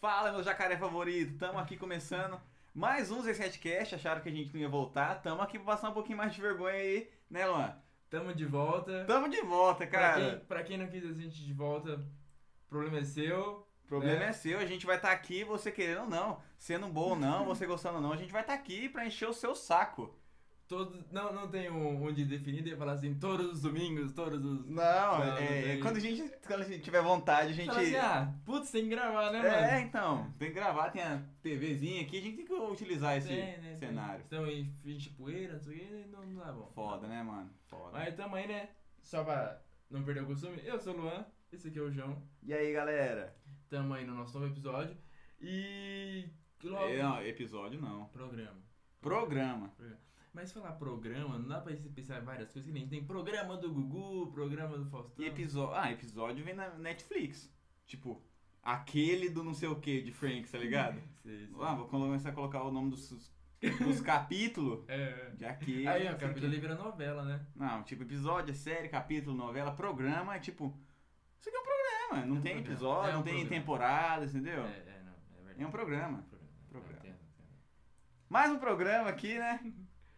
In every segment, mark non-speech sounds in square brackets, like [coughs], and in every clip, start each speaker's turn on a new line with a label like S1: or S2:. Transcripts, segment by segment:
S1: Fala, meu jacaré favorito. Tamo aqui começando mais um Z7Cast. Acharam que a gente não ia voltar. Tamo aqui pra passar um pouquinho mais de vergonha aí, né, Luan?
S2: Tamo de volta.
S1: Tamo de volta,
S2: Pra
S1: cara.
S2: quem, pra quem não quis a gente de volta, o problema é seu.
S1: O problema é.
S2: É.
S1: seu. A gente vai estar aqui, você querendo ou não, sendo um bom ou não, você gostando ou não. A gente vai estar aqui pra encher o seu saco.
S2: Todos, não, não tem um, um dia definido e falar assim, todos os domingos, todos os.
S1: Não,
S2: Não,
S1: é-
S2: não tem.
S1: quando, a gente, quando a gente tiver vontade, a gente.
S2: Fala assim, ah, putz, tem que gravar, né, mano?
S1: É, então, tem que gravar, tem a TVzinha aqui, a gente tem que utilizar esse
S2: Tem, né, tem.
S1: cenário.
S2: Então, em fim de poeira, não sei o que, não dá bom.
S1: Foda, né, mano? Foda.
S2: Mas tamo aí, né? Só pra não perder o costume, eu sou o Luan, esse aqui é o João.
S1: E aí, galera?
S2: Tamo aí no nosso novo episódio. E. Logo.
S1: Eh, Não, episódio não.
S2: Programa.
S1: Programa.
S2: Mas falar programa, não dá pra se pensar em várias coisas que nem tem programa do Gugu, programa do Faustão.
S1: E episódio. Ah, episódio vem na Netflix. Tipo, aquele do não sei o que de Frank, tá ligado?
S2: Sei, sei.
S1: Ah, vou começar a colocar o nome dos, dos capítulos.
S2: É, é.
S1: De aquele.
S2: Aí, ó,
S1: não sei o
S2: capítulo
S1: quê.
S2: ali vira novela, né?
S1: Não, tipo, episódio, é série, capítulo, novela, programa, é tipo. Isso aqui é um programa. Não
S2: É um
S1: tem
S2: programa.
S1: episódio,
S2: É um
S1: não tem
S2: programa.
S1: temporada, entendeu?
S2: É, é, não, é verdade.
S1: Então. É um programa.
S2: Programa.
S1: Programa.
S2: Não, entendo, entendo.
S1: Mais um programa aqui, né?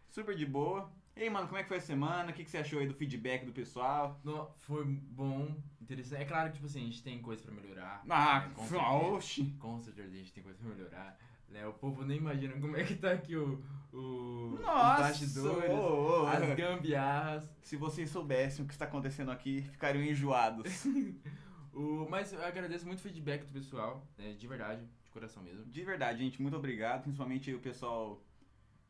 S1: Super de boa. E aí, mano, como é que foi a semana? O que, que você achou aí do feedback do pessoal?
S2: No- foi bom, interessante. É claro que, tipo assim, a gente tem coisa pra melhorar.
S1: Ah,
S2: né? com,
S1: f-
S2: certeza,
S1: oxi.
S2: com certeza a gente tem coisa pra melhorar. Né? O povo nem imagina como é que tá aqui o, o os
S1: Nossa!
S2: bastidores,
S1: ô, ô.
S2: as gambiarras.
S1: Se vocês soubessem o que está acontecendo aqui, ficariam
S2: [laughs]
S1: enjoados.
S2: O, mas eu agradeço muito o feedback do pessoal, né, de verdade, de coração mesmo.
S1: De verdade, gente, muito obrigado. Principalmente o pessoal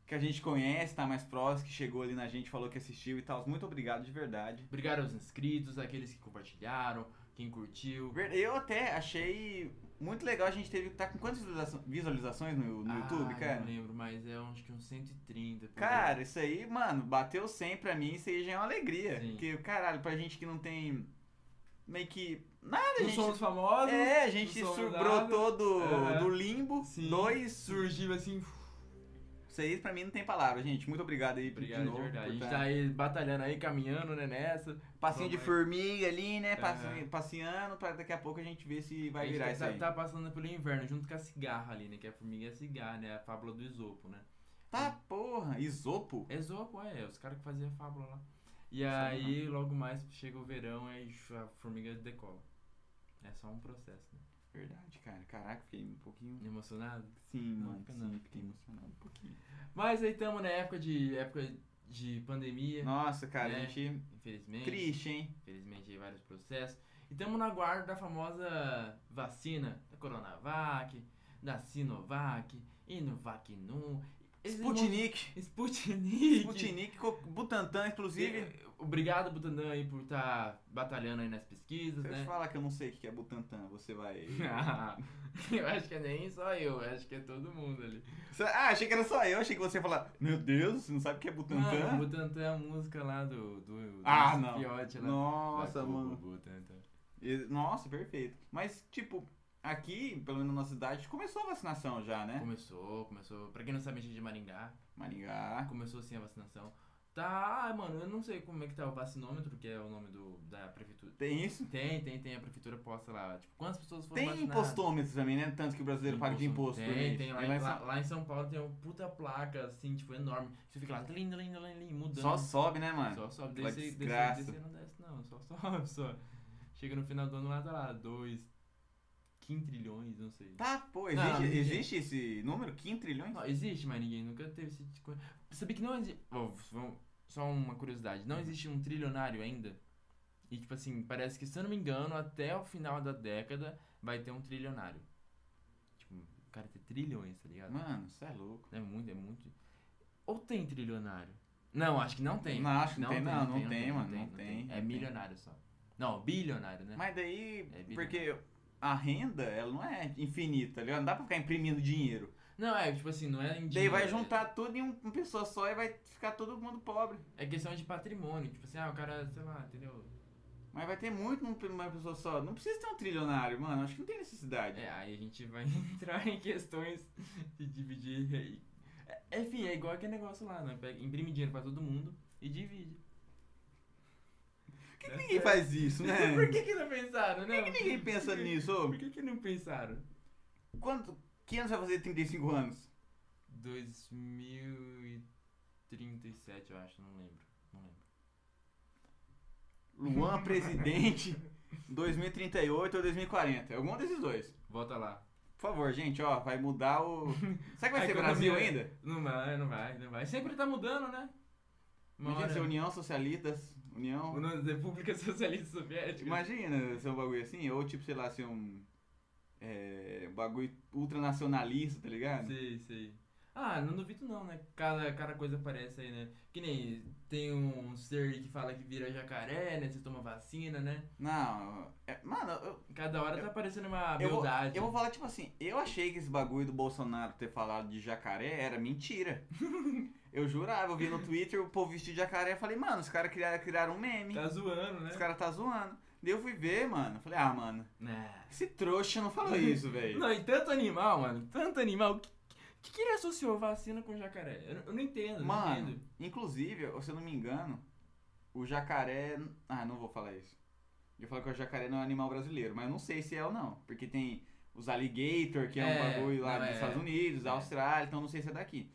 S1: que a gente conhece, tá mais próximo, que chegou ali na gente, falou que assistiu e tal. Muito obrigado, de verdade.
S2: Obrigado aos inscritos, aqueles que compartilharam, quem curtiu.
S1: Ver- Eu até achei muito legal. A gente teve. Tá com quantas visualiza- visualizações no, no
S2: Ah,
S1: YouTube, cara?
S2: Não lembro, mas é acho que uns 130. por
S1: Cara, isso aí, mano, bateu 100 pra mim, isso aí já é uma alegria.
S2: Sim.
S1: Porque, caralho, pra gente que não tem meio que nada,
S2: aí.
S1: a
S2: Não
S1: gente.
S2: somos famosos.
S1: É, a gente
S2: não somos
S1: brotou do,
S2: nada. É.
S1: do limbo,
S2: Sim.
S1: dois sur...
S2: Surgiu assim,
S1: Isso aí pra mim não tem palavra, gente. Muito obrigado aí
S2: obrigado,
S1: de
S2: de,
S1: novo.
S2: verdade. A
S1: por
S2: gente
S1: tá-
S2: tá aí batalhando aí, caminhando, né, nessa.
S1: Passinho de
S2: Vamos aí.
S1: formiga ali, né? passi-
S2: Aham.
S1: Passeando, pra daqui a pouco a gente ver se
S2: A
S1: vai
S2: gente
S1: virar
S2: tá,
S1: isso aí.
S2: tá passando pelo inverno, junto com a cigarra ali, né, que a formiga é cigarra, né, a fábula do Isopo, né.
S1: Tá, porra, isopo?
S2: É Zopo, é, os caras que faziam a fábula lá. E
S1: Sabe
S2: aí, logo mais, chega o verão e a formiga decola. É só um processo, né?
S1: Verdade, cara. Caraca, fiquei um pouquinho.
S2: Emocionado.
S1: Sim,
S2: Não,
S1: mano.
S2: fica não.
S1: Sim, fiquei emocionado um pouquinho.
S2: Mas aí estamos na época de, época de pandemia,
S1: Nossa, cara, a
S2: É.
S1: gente.
S2: infelizmente.
S1: Triste, hein?
S2: Infelizmente, aí vários processos. E estamos no aguardo da famosa vacina da Coronavac, da Sinovac, Inovacnu. esses
S1: Sputnik.
S2: monte- Sputnik.
S1: Sputnik, Co- Butantan, inclusive.
S2: E- Obrigado, Butandan, aí, por estar batalhando aí nas pesquisas,
S1: Se eu
S2: né?
S1: te falar que eu não sei o que é Butantan, você
S2: [laughs]
S1: vai.
S2: Ah,
S1: né?
S2: [laughs] eu acho que é nem só eu, eu acho que é todo mundo ali.
S1: Você- ah, achei que era só eu, achei que você ia falar, meu Deus, você não sabe o que é Butantan?
S2: Mano, o Butantan é a música lá do, do, do
S1: Ah, não.
S2: Fiote né? lá.
S1: Nossa,
S2: Lá,
S1: mano.
S2: Butantan.
S1: E- Nossa, perfeito. Mas, tipo, aqui, pelo menos na nossa cidade, começou a vacinação já, né?
S2: Começou, começou. Pra quem não sabe, a gente é de Maringá.
S1: Maringá.
S2: Começou sim a vacinação. Tá, mano, eu não sei como é que tá o vacinômetro, que é o nome do, da prefeitura.
S1: Tem isso?
S2: Tem, tem, tem. A prefeitura posta lá, tipo, quantas pessoas foram
S1: Tem
S2: vacinadas.
S1: impostômetro também, né? Tanto que o brasileiro paga de imposto. né? por
S2: Tem,
S1: mês.
S2: tem. Lá,
S1: E
S2: em-
S1: em
S2: lá-
S1: São-
S2: lá em São Paulo tem uma puta placa, assim, tipo, enorme. Você fica lá, lindo, lindo, lindo, lindo, mudando.
S1: Só sobe, né, mano?
S2: Só sobe,
S1: aquela
S2: desce,
S1: desgraça.
S2: desce, desce, não desce, não. Só [laughs] sobe, só. Chega no final do ano lá, tá lá, 2, 15 trilhões, não sei.
S1: Tá, pô,
S2: Não,
S1: existe,
S2: ninguém.
S1: existe esse número? 15 trilhões?
S2: Não, existe, mas ninguém nunca teve esse tipo de coisa. Sabia que não existe. só uma curiosidade, não existe um trilionário ainda? E tipo assim, parece que, se eu não me engano, até o final da década vai ter um trilionário. Tipo, o cara tem trilhões, tá ligado?
S1: Mano, você é louco.
S2: É muito, é muito. Ou tem trilionário? Não, acho que não tem.
S1: Não, acho que não tem, não, não tem, mano, não tem,
S2: É
S1: não tem.
S2: milionário só. Não, bilionário, né?
S1: Mas daí,
S2: É vida.
S1: porque a renda, ela não é infinita, tá ligado? Não dá pra ficar imprimindo dinheiro.
S2: Não, é, tipo assim, não é em
S1: daí
S2: dinheiro,
S1: vai
S2: é-
S1: juntar tudo em um- uma pessoa só e vai ficar todo mundo pobre.
S2: É questão de patrimônio. Tipo assim, ah, o cara, sei lá, entendeu?
S1: Mas vai ter muito num- numa pessoa só. Não precisa ter um trilionário, mano. Acho que não tem necessidade.
S2: É, aí a gente vai [laughs] entrar em questões de dividir. e- É, enfim, é igual aquele negócio lá, né? Pega, imprime dinheiro pra todo mundo e [laughs] divide.
S1: Por que, que ninguém faz isso, né?
S2: [laughs] É. Por que, que não pensaram, né?
S1: Por que que ninguém pensa nisso, ô?
S2: Por que, que não pensaram?
S1: Quanto, que anos vai fazer 35 anos?
S2: 2037, eu acho, não lembro. Não lembro. [laughs]
S1: Luan presidente 2038 ou 2040? É Algum desses dois.
S2: Volta lá.
S1: Por favor, gente, ó, vai mudar
S2: [laughs]
S1: o. Será que vai
S2: A
S1: ser
S2: economia-
S1: Brasil ainda?
S2: Não vai, não vai, não vai. Sempre tá mudando, né? Uma
S1: Imagina
S2: hora-
S1: ser União Socialistas, União.
S2: União da República Socialista Soviética.
S1: Imagina ser um bagulho assim, ou tipo, sei lá, ser um. É, bagulho ultranacionalista, tá ligado?
S2: Sei, sei. Ah, não duvido não, né? Cada, cada coisa aparece aí, né? Que nem tem um ser aí que fala que vira jacaré, né? Você toma vacina, né?
S1: Não, é- mano, eu,
S2: Cada hora tá aparecendo uma
S1: eu, vou,
S2: beldade.
S1: eu vou falar, tipo assim, eu achei que esse bagulho do Bolsonaro ter falado de jacaré era
S2: [laughs]
S1: mentira. eu jurava, eu vi no Twitter o povo vestido de jacaré e falei, mano, os caras criaram, criaram um meme,
S2: Tá zoando, né?
S1: os caras tá zoando. Daí eu fui ver, mano, falei, ah, mano,
S2: Ah.
S1: esse trouxa não
S2: [laughs]
S1: falou isso, velho.
S2: Não, e tanto animal, mano. Tanto animal. Que, que, que ele associou vacina com jacaré? Eu, eu não entendo, não
S1: Mano,
S2: entendo.
S1: inclusive, se eu não me engano, o jacaré. Ah, não vou falar isso. Eu falo que o jacaré não é um animal brasileiro, mas eu não sei se é ou não. Porque tem os alligator, que é, um
S2: É,
S1: bagulho lá
S2: não,
S1: dos
S2: é.
S1: Estados Unidos, da
S2: É.
S1: Austrália, então não sei se é daqui.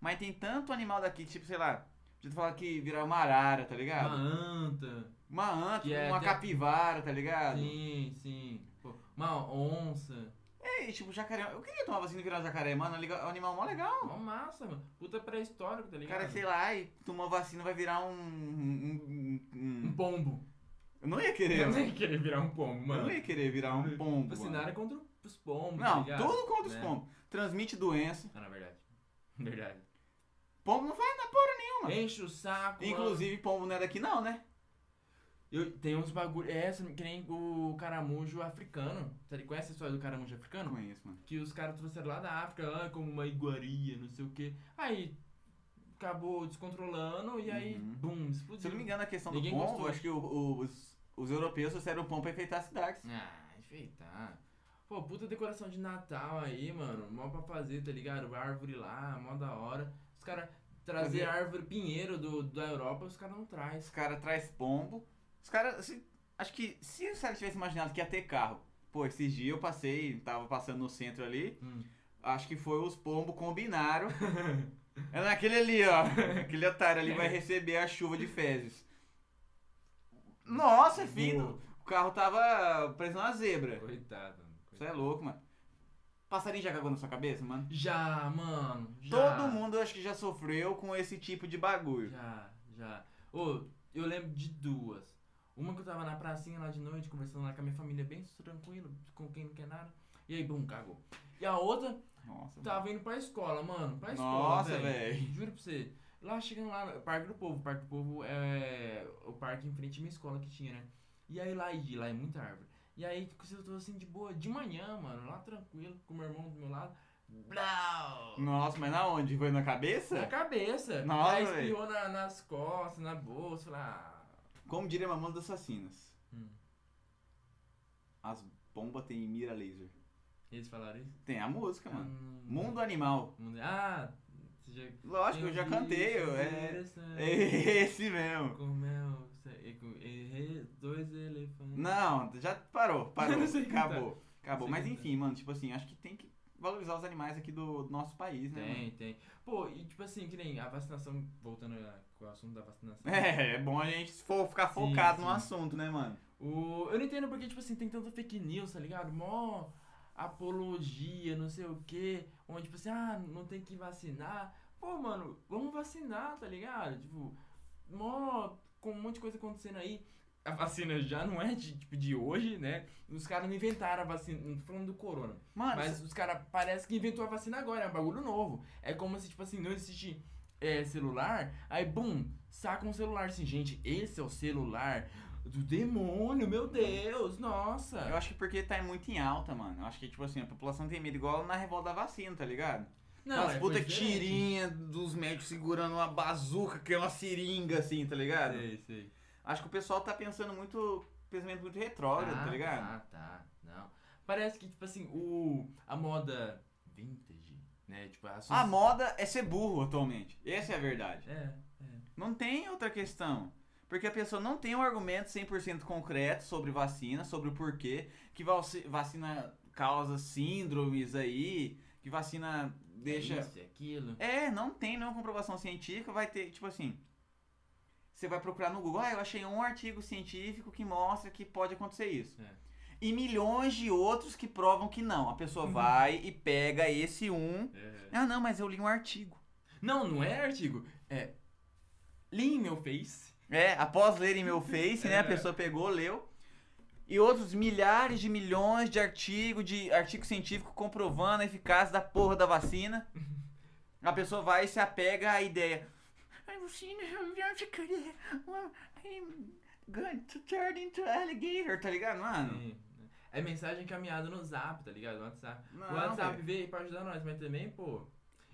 S1: Mas tem tanto animal daqui, tipo, sei lá, podia falar que virar uma arara, tá
S2: Uma
S1: ligado?
S2: anta.
S1: Uma anta,
S2: Que é
S1: uma
S2: até-
S1: capivara, tá ligado?
S2: Sim, sim. Pô, uma onça.
S1: É, e tipo, jacaré. Eu queria tomar vacina e virar um jacaré, mano. É um animal mó legal.
S2: Uma massa, mano. Puta pré-histórico, tá
S1: O
S2: ligado?
S1: cara, sei lá, e tomar vacina vai virar um. um- um-
S2: Um
S1: um-
S2: pombo.
S1: Eu não ia querer,
S2: Eu [laughs]
S1: mano.
S2: nem queria virar um pombo,
S1: Eu
S2: mano.
S1: não ia querer virar um pombo.
S2: Vacinar
S1: mano.
S2: é contra os pombos, tá
S1: Não,
S2: ligado?
S1: tudo contra os
S2: Né?
S1: pombos. Transmite doença.
S2: Ah, na verdade. [laughs] Verdade.
S1: Pombo não faz nada. Mano.
S2: Enche o saco. mano.
S1: Inclusive, pombo não é daqui não, né?
S2: Eu, tem uns bagulho. É, você- que nem o caramujo africano. Você conhece a história do caramujo
S1: Não
S2: africano?
S1: conheço, mano.
S2: Que os caras trouxeram lá da África, ah, como uma iguaria, não sei o quê. Aí acabou descontrolando e aí,
S1: Uhum.
S2: bum, explodiu.
S1: Se eu não me engano, a questão do
S2: Ninguém
S1: pombo,
S2: gostou. né?
S1: acho que o- o- os, os europeus trouxeram o pombo pra enfeitar as cidades.
S2: Ah, enfeitar. Pô, puta decoração de Natal aí, mano. Mó pra fazer, tá ligado? Árvore lá, mó da hora. Os caras trazer
S1: Fazer-
S2: árvore, pinheiro do, da Europa, os caras não traz.
S1: Os caras trazem pombo. Os caras... se- Acho que se os caras tivessem imaginado que ia ter carro... Pô, esses dias eu passei, tava passando no centro ali...
S2: Hum.
S1: Acho que foi os pombos combinaram. [laughs] é naquele ali,
S2: [laughs]
S1: ó. Aquele otário ali vai receber a chuva de fezes. Nossa, filho! O carro tava preso na zebra.
S2: Coitado, mano.
S1: Você
S2: coitado.
S1: é louco, mano. Passarinho já cagou na sua cabeça, mano?
S2: Já, mano. Já,
S1: Todo mundo acho que já sofreu com esse tipo de bagulho.
S2: Já, já. Ô, eu lembro de duas. Uma que eu tava na pracinha lá de noite, conversando lá com a minha família, bem tranquilo, com quem não quer nada. E aí, bum, cagou. E a outra
S1: Nossa.
S2: Tava indo Tá pra escola, mano. Pra escola.
S1: Nossa, velho.
S2: Juro pra você. Lá chegando lá, no Parque do Povo. Parque do Povo é o parque em frente à minha escola que tinha, né? E aí lá, e lá é muita árvore. E aí, eu tô assim de boa, de manhã, mano, lá tranquilo, com o meu irmão do meu lado. Blau!
S1: Nossa, mas na onde? Foi na
S2: Na
S1: cabeça?
S2: cabeça.
S1: Nossa,
S2: aí espirrou na- nas costas, na bolsa, falei, ah.
S1: Como diria Mamonas Assassinas,
S2: Hum,
S1: as bombas têm mira laser.
S2: eles falaram isso?
S1: Tem a música, mano.
S2: Hum,
S1: Mundo Animal.
S2: mundo- Ah, você já. um
S1: Lógico, eu
S2: Hum.
S1: já cantei. eu- É...
S2: Interessante.
S1: é [laughs] esse mesmo.
S2: Como é o. se- e com- e- e- Dois elefantes.
S1: Não, já parou, parou.
S2: [laughs] Não sei cantar.
S1: acabou. Acabou.
S2: Não sei
S1: Mas
S2: cantar.
S1: enfim, mano, tipo assim, acho que tem que valorizar os animais aqui do, do nosso país, né? mano?
S2: Tem, tem. Pô, e tipo assim, que nem a vacinação, voltando a- com o assunto da vacinação.
S1: É, é bom a gente fo- ficar
S2: Sim,
S1: focado no
S2: sim.
S1: assunto, né, mano?
S2: O, eu não entendo porque, tipo assim, tem tanta fake news, tá ligado? Mó apologia, não sei o quê. Onde, tipo assim, ah, não tem que vacinar. Pô, mano, vamos vacinar, tá ligado? Tipo, mó. Com um monte de coisa acontecendo aí. A vacina já não é de, tipo, de hoje, né? Os caras não inventaram a vacina. Não tô falando do corona.
S1: Mano,
S2: Mas os caras parece que inventou a vacina agora, é um bagulho novo. É como se, tipo assim, não existe é, celular, aí, bum, saca um celular assim, gente, esse é o celular do demônio, meu Deus, nossa.
S1: eu acho que porque tá muito em alta, mano. Eu acho que, tipo assim, a população tem medo, igual na revolta da vacina, tá ligado? As
S2: é
S1: puta
S2: coisa diferente.
S1: tirinha dos médicos segurando uma bazuca, que é uma seringa, assim, tá ligado?
S2: Sei, sei.
S1: Acho que o pessoal tá pensando muito, pensamento muito retrógrado, tá ligado?
S2: Ah, tá, não. Parece que, tipo assim, o, a moda vintage, né, tipo, a...
S1: A moda é ser burro atualmente. Essa é a verdade.
S2: É,
S1: Não tem outra questão. Porque a pessoa não tem um argumento 100% concreto sobre vacina, sobre o porquê que vaci- vacina causa síndromes aí, que vacina
S2: É
S1: deixa.
S2: isso, é aquilo.
S1: É, não tem nenhuma comprovação científica, vai ter, tipo assim. Você vai procurar no Google, ah, eu achei um artigo científico que mostra que pode acontecer isso.
S2: É.
S1: E milhões de outros que provam que não. A pessoa vai e pega esse um.
S2: É.
S1: Ah, não, mas eu li um artigo.
S2: Não, não é artigo. É. Li em meu face.
S1: É, após lerem meu Face, né? A
S2: [laughs] É.
S1: pessoa pegou, leu. E outros milhares de milhões de artigos, de artigo científico comprovando a eficácia da porra da vacina. A pessoa vai e se apega à ideia. A vacina já ficaria. uma- I'm going to turn into alligator, tá ligado, mano?
S2: É mensagem encaminhada no zap, tá ligado? No WhatsApp.
S1: Não,
S2: o WhatsApp
S1: velho.
S2: veio pra ajudar nós, mas também, pô.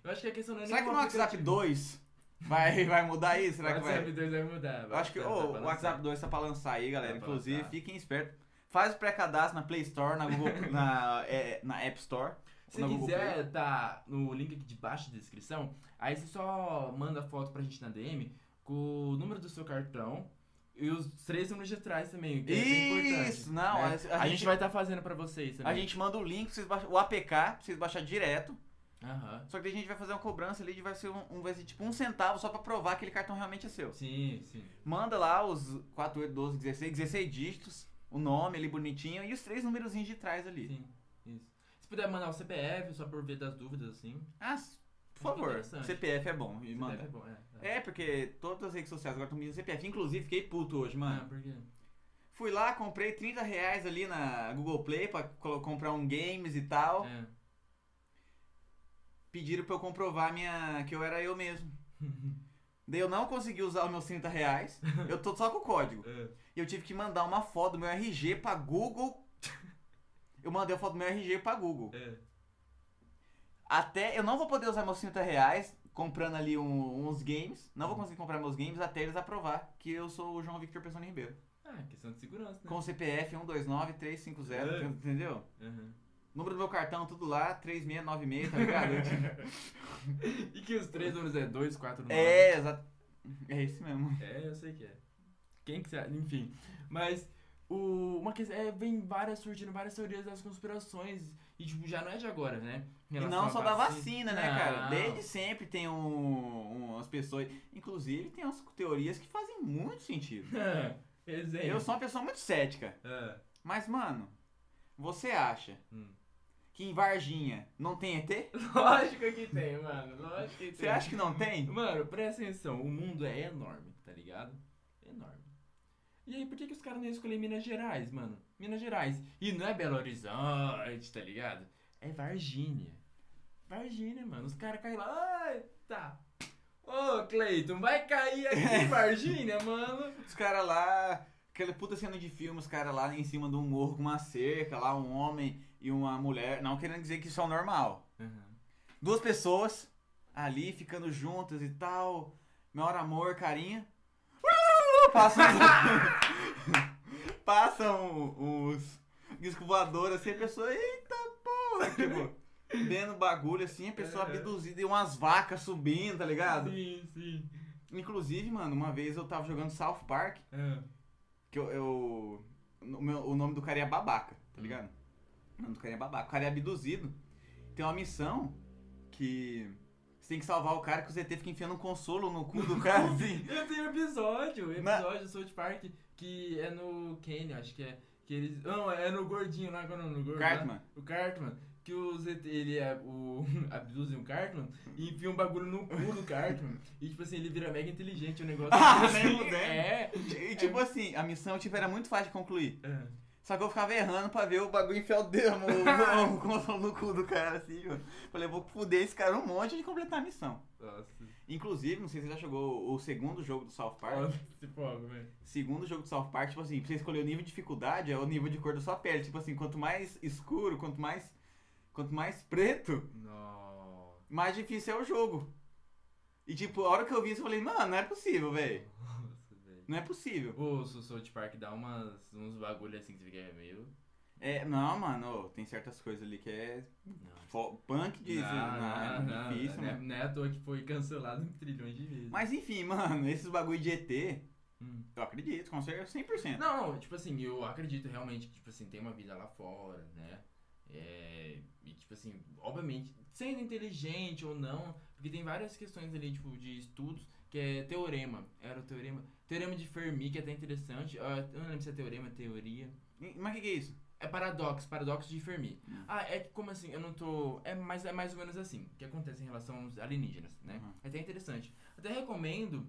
S2: Eu acho que a questão não é
S1: Será
S2: nem
S1: que
S2: um
S1: no WhatsApp
S2: aplicativo.
S1: 2 vai, vai mudar isso? Será que
S2: O WhatsApp
S1: vai?
S2: 2 vai mudar.
S1: Eu acho que
S2: Tá-
S1: ô,
S2: tá
S1: o
S2: balançado.
S1: WhatsApp 2 tá pra lançar aí, galera.
S2: Tá pra
S1: Inclusive,
S2: lançar.
S1: fiquem espertos. Faz o pré-cadastro na Play Store, na,
S2: [laughs]
S1: Google, na, é, na App Store.
S2: Se
S1: na Google
S2: quiser, tá no link aqui de baixo da descrição. Aí você só manda a foto pra gente na DM com o número do seu cartão e os três números de trás também, que é bem importante.
S1: Isso, não,
S2: né?
S1: a-
S2: a,
S1: a
S2: gente,
S1: gente-
S2: vai estar fazendo pra vocês também.
S1: A gente manda o link, pra vocês baixar, o APK, pra vocês baixar direto.
S2: Aham.
S1: Só que daí a gente vai fazer uma cobrança ali de vai ser, um, um- vai ser tipo um centavo só pra provar que aquele cartão realmente é seu.
S2: Sim, sim.
S1: Manda lá os 4, 8, 12, 16, 16 dígitos, o nome ali bonitinho e os três numerozinhos de trás ali.
S2: Sim, isso. Se puder mandar o CPF, só por ver das dúvidas, assim.
S1: Ah, s- por
S2: Acho
S1: favor,
S2: interessante.
S1: CPF é bom e
S2: CPF
S1: manda.
S2: é bom, é.
S1: É, porque todas as redes sociais agora estão pedindo CPF. Inclusive, fiquei puto hoje, mano.
S2: Ah, por quê?
S1: Fui lá, comprei 30 reais ali na Google Play pra colo- comprar um games e tal.
S2: É.
S1: Pediram pra eu comprovar minha que eu era eu mesmo. Daí eu não consegui usar os meus 30 reais. Eu tô só com o código.
S2: É.
S1: E eu tive que mandar uma foto do meu RG pra Google. Eu mandei a foto do meu RG pra Google.
S2: É.
S1: Até eu não vou poder usar meus 30 reais comprando ali um- uns games. Não vou conseguir comprar meus games até eles aprovar que eu sou o João Victor Persone Ribeiro.
S2: Ah, questão de segurança, né?
S1: Com CPF 129350,
S2: É.
S1: entendeu?
S2: Aham.
S1: Número do meu cartão, tudo lá, 3696, tá
S2: [laughs]
S1: ligado?
S2: E que os três números é 2, 4, 9.
S1: é, exato. É isso mesmo.
S2: É, eu sei que é. Quem que você. Enfim. Mas o. Uma questão. É, vem várias surgindo várias teorias das conspirações. E tipo, já não é de agora, né? Em
S1: E
S2: relação
S1: não
S2: à
S1: só da vacina, né, cara?
S2: Não.
S1: Desde sempre tem um, umas pessoas. Inclusive, tem umas teorias que fazem muito sentido.
S2: [laughs] Exemplo.
S1: Eu sou uma pessoa muito cética.
S2: Ah,
S1: Mas, mano, você acha [laughs]
S2: hum.
S1: que em Varginha não tem ET?
S2: Lógico que tem, mano. Lógico que tem.
S1: Você acha que não tem?
S2: Mano, presta atenção, o mundo é enorme, tá ligado? Enorme. E aí, por que, que os caras não escolhem Minas Gerais, mano? Minas Gerais. E não é Belo Horizonte, tá ligado? É Varginha. Varginha, mano. Os caras caem lá. Ai, tá. Ô, Cleiton, vai cair aqui [laughs] em Varginha, mano.
S1: Os caras lá. Aquela puta cena de filme, os caras lá em cima de um morro com uma cerca, lá um homem e uma mulher. Não querendo dizer que isso é o normal.
S2: Tá
S1: duas pessoas ali ficando juntas e tal. Meu amor, carinha. Passam os. [laughs] Passam os disco voador assim, a pessoa. Eita porra! Tipo, vendo o bagulho assim, a pessoa abduzida e umas vacas subindo, tá ligado?
S2: Sim, sim.
S1: Inclusive, mano, uma vez eu tava jogando South Park,
S2: Ah,
S1: que eu. eu- o, meu- o nome do cara é babaca, tá ligado? O nome do cara é babaca. O cara é abduzido. Tem uma missão que. Você tem que salvar o cara que o ZT fica enfiando um consolo no cu do cara, assim.
S2: Eu tenho um episódio, um
S1: Na-
S2: episódio do South Park que é no Kenny, acho que é. Que eles. Não, é no gordinho lá, qual é o nome do gordo? lá?
S1: Cartman.
S2: O Cartman, que o ZT, ele é o. [laughs] abduzem o Cartman e enfia um bagulho no cu do Cartman. E tipo assim, ele vira mega inteligente o negócio.
S1: [laughs] Ah,
S2: Assim,
S1: nem fudendo.
S2: é,
S1: E tipo assim, a missão tipo, era muito fácil de concluir.
S2: é.
S1: Só que eu ficava errando pra ver o bagulho enfiar o dedo, o, o consolo no cu do cara, assim, mano. Falei, eu vou fuder esse cara um monte de completar a missão.
S2: Nossa,
S1: Inclusive, não sei se você já jogou o segundo jogo do South Park.
S2: nossa, se fogo, velho.
S1: Segundo jogo de South Park, tipo assim, pra você escolher o nível de dificuldade, é o nível de cor da sua pele. Tipo assim, quanto mais escuro, quanto mais. Quanto mais preto,
S2: Nossa.
S1: mais difícil é o jogo. E tipo, a hora que eu vi isso, eu falei, mano, não é possível, velho.
S2: Nossa, velho.
S1: Não é possível.
S2: O South Park dá umas, uns bagulho assim que você fica meio.
S1: É, não, mano, ô, tem certas coisas ali que é.
S2: Não.
S1: fo- Punk diz, não, é difícil,
S2: não,
S1: mano.
S2: não é à toa que foi cancelado [laughs] um trilhões de vezes.
S1: Mas enfim, mano, [laughs] esses bagulho de ET,
S2: Hum.
S1: eu acredito, com certeza 100%.
S2: Não, não, tipo assim, eu acredito realmente que, tipo assim, tem uma vida lá fora, né? É, e tipo assim, obviamente, sendo inteligente ou não, porque tem várias questões ali, tipo, de estudos, que é teorema. Era o teorema. Teorema de Fermi, que é até interessante. ah, Eu não lembro se é teorema, teoria.
S1: E- Mas o que, que é isso?
S2: É paradoxo, paradoxo de Fermi.
S1: Hum.
S2: Ah, é que como assim? Eu não tô. É mais, é mais ou menos assim que acontece em relação aos alienígenas, né?
S1: Uhum.
S2: É até interessante. Até recomendo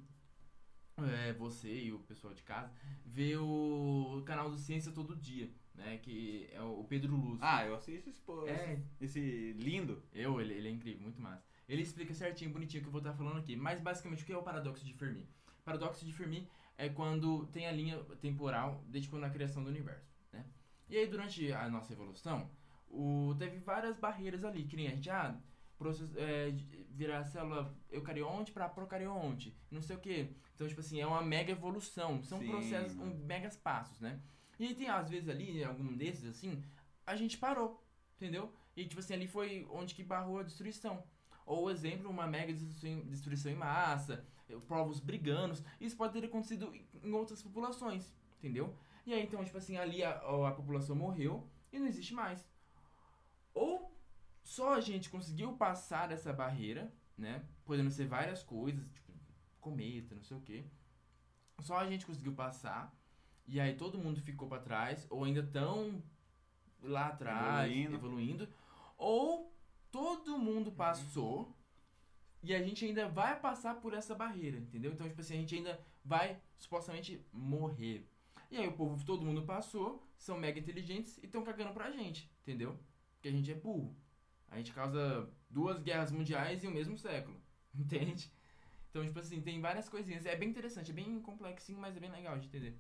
S2: é, você e o pessoal de casa ver o canal do Ciência Todo Dia, né? Que é o Pedro Luz.
S1: Ah, eu assisto esse, pô,
S2: é,
S1: esse lindo.
S2: eu, ele, ele é incrível, muito massa. Ele explica certinho, bonitinho o que eu vou estar falando aqui. Mas basicamente, o que é o paradoxo de Fermi? Paradoxo de Fermi é quando tem a linha temporal desde quando a criação do universo, né? E aí, durante a nossa evolução, o, teve várias barreiras ali, que nem a gente, ah, processo, é, de- virar célula eucarionte pra procarionte, não sei o que. Então, tipo assim, é uma mega evolução. São
S1: Sim,
S2: processos, um,
S1: mano.
S2: megas passos, né? E aí tem, às vezes, ali, em algum desses, assim, a gente parou, entendeu? E, tipo assim, ali foi onde que barrou a destruição. Ou, exemplo, uma mega destruição em- destruição em massa, eh, povos briganos. Isso pode ter acontecido em- em outras populações, entendeu? E aí, então, tipo assim, ali a, a população morreu e não existe mais. Ou só a gente conseguiu passar essa barreira, né? Podendo ser várias coisas, tipo, cometa, não sei o quê. Só a gente conseguiu passar. E aí todo mundo ficou pra trás, ou ainda tão lá atrás,
S1: Evoluindo.
S2: evoluindo. Ou todo mundo passou e a gente ainda vai passar por essa barreira, entendeu? Então, tipo assim, a gente ainda vai supostamente morrer. E aí o povo, todo mundo passou, são mega inteligentes e estão cagando pra gente, entendeu? Porque a gente é burro. A gente causa duas guerras mundiais em o mesmo século, [laughs] entende? Então, tipo assim, tem várias coisinhas. É bem interessante, é bem complexinho, mas é bem legal de entender.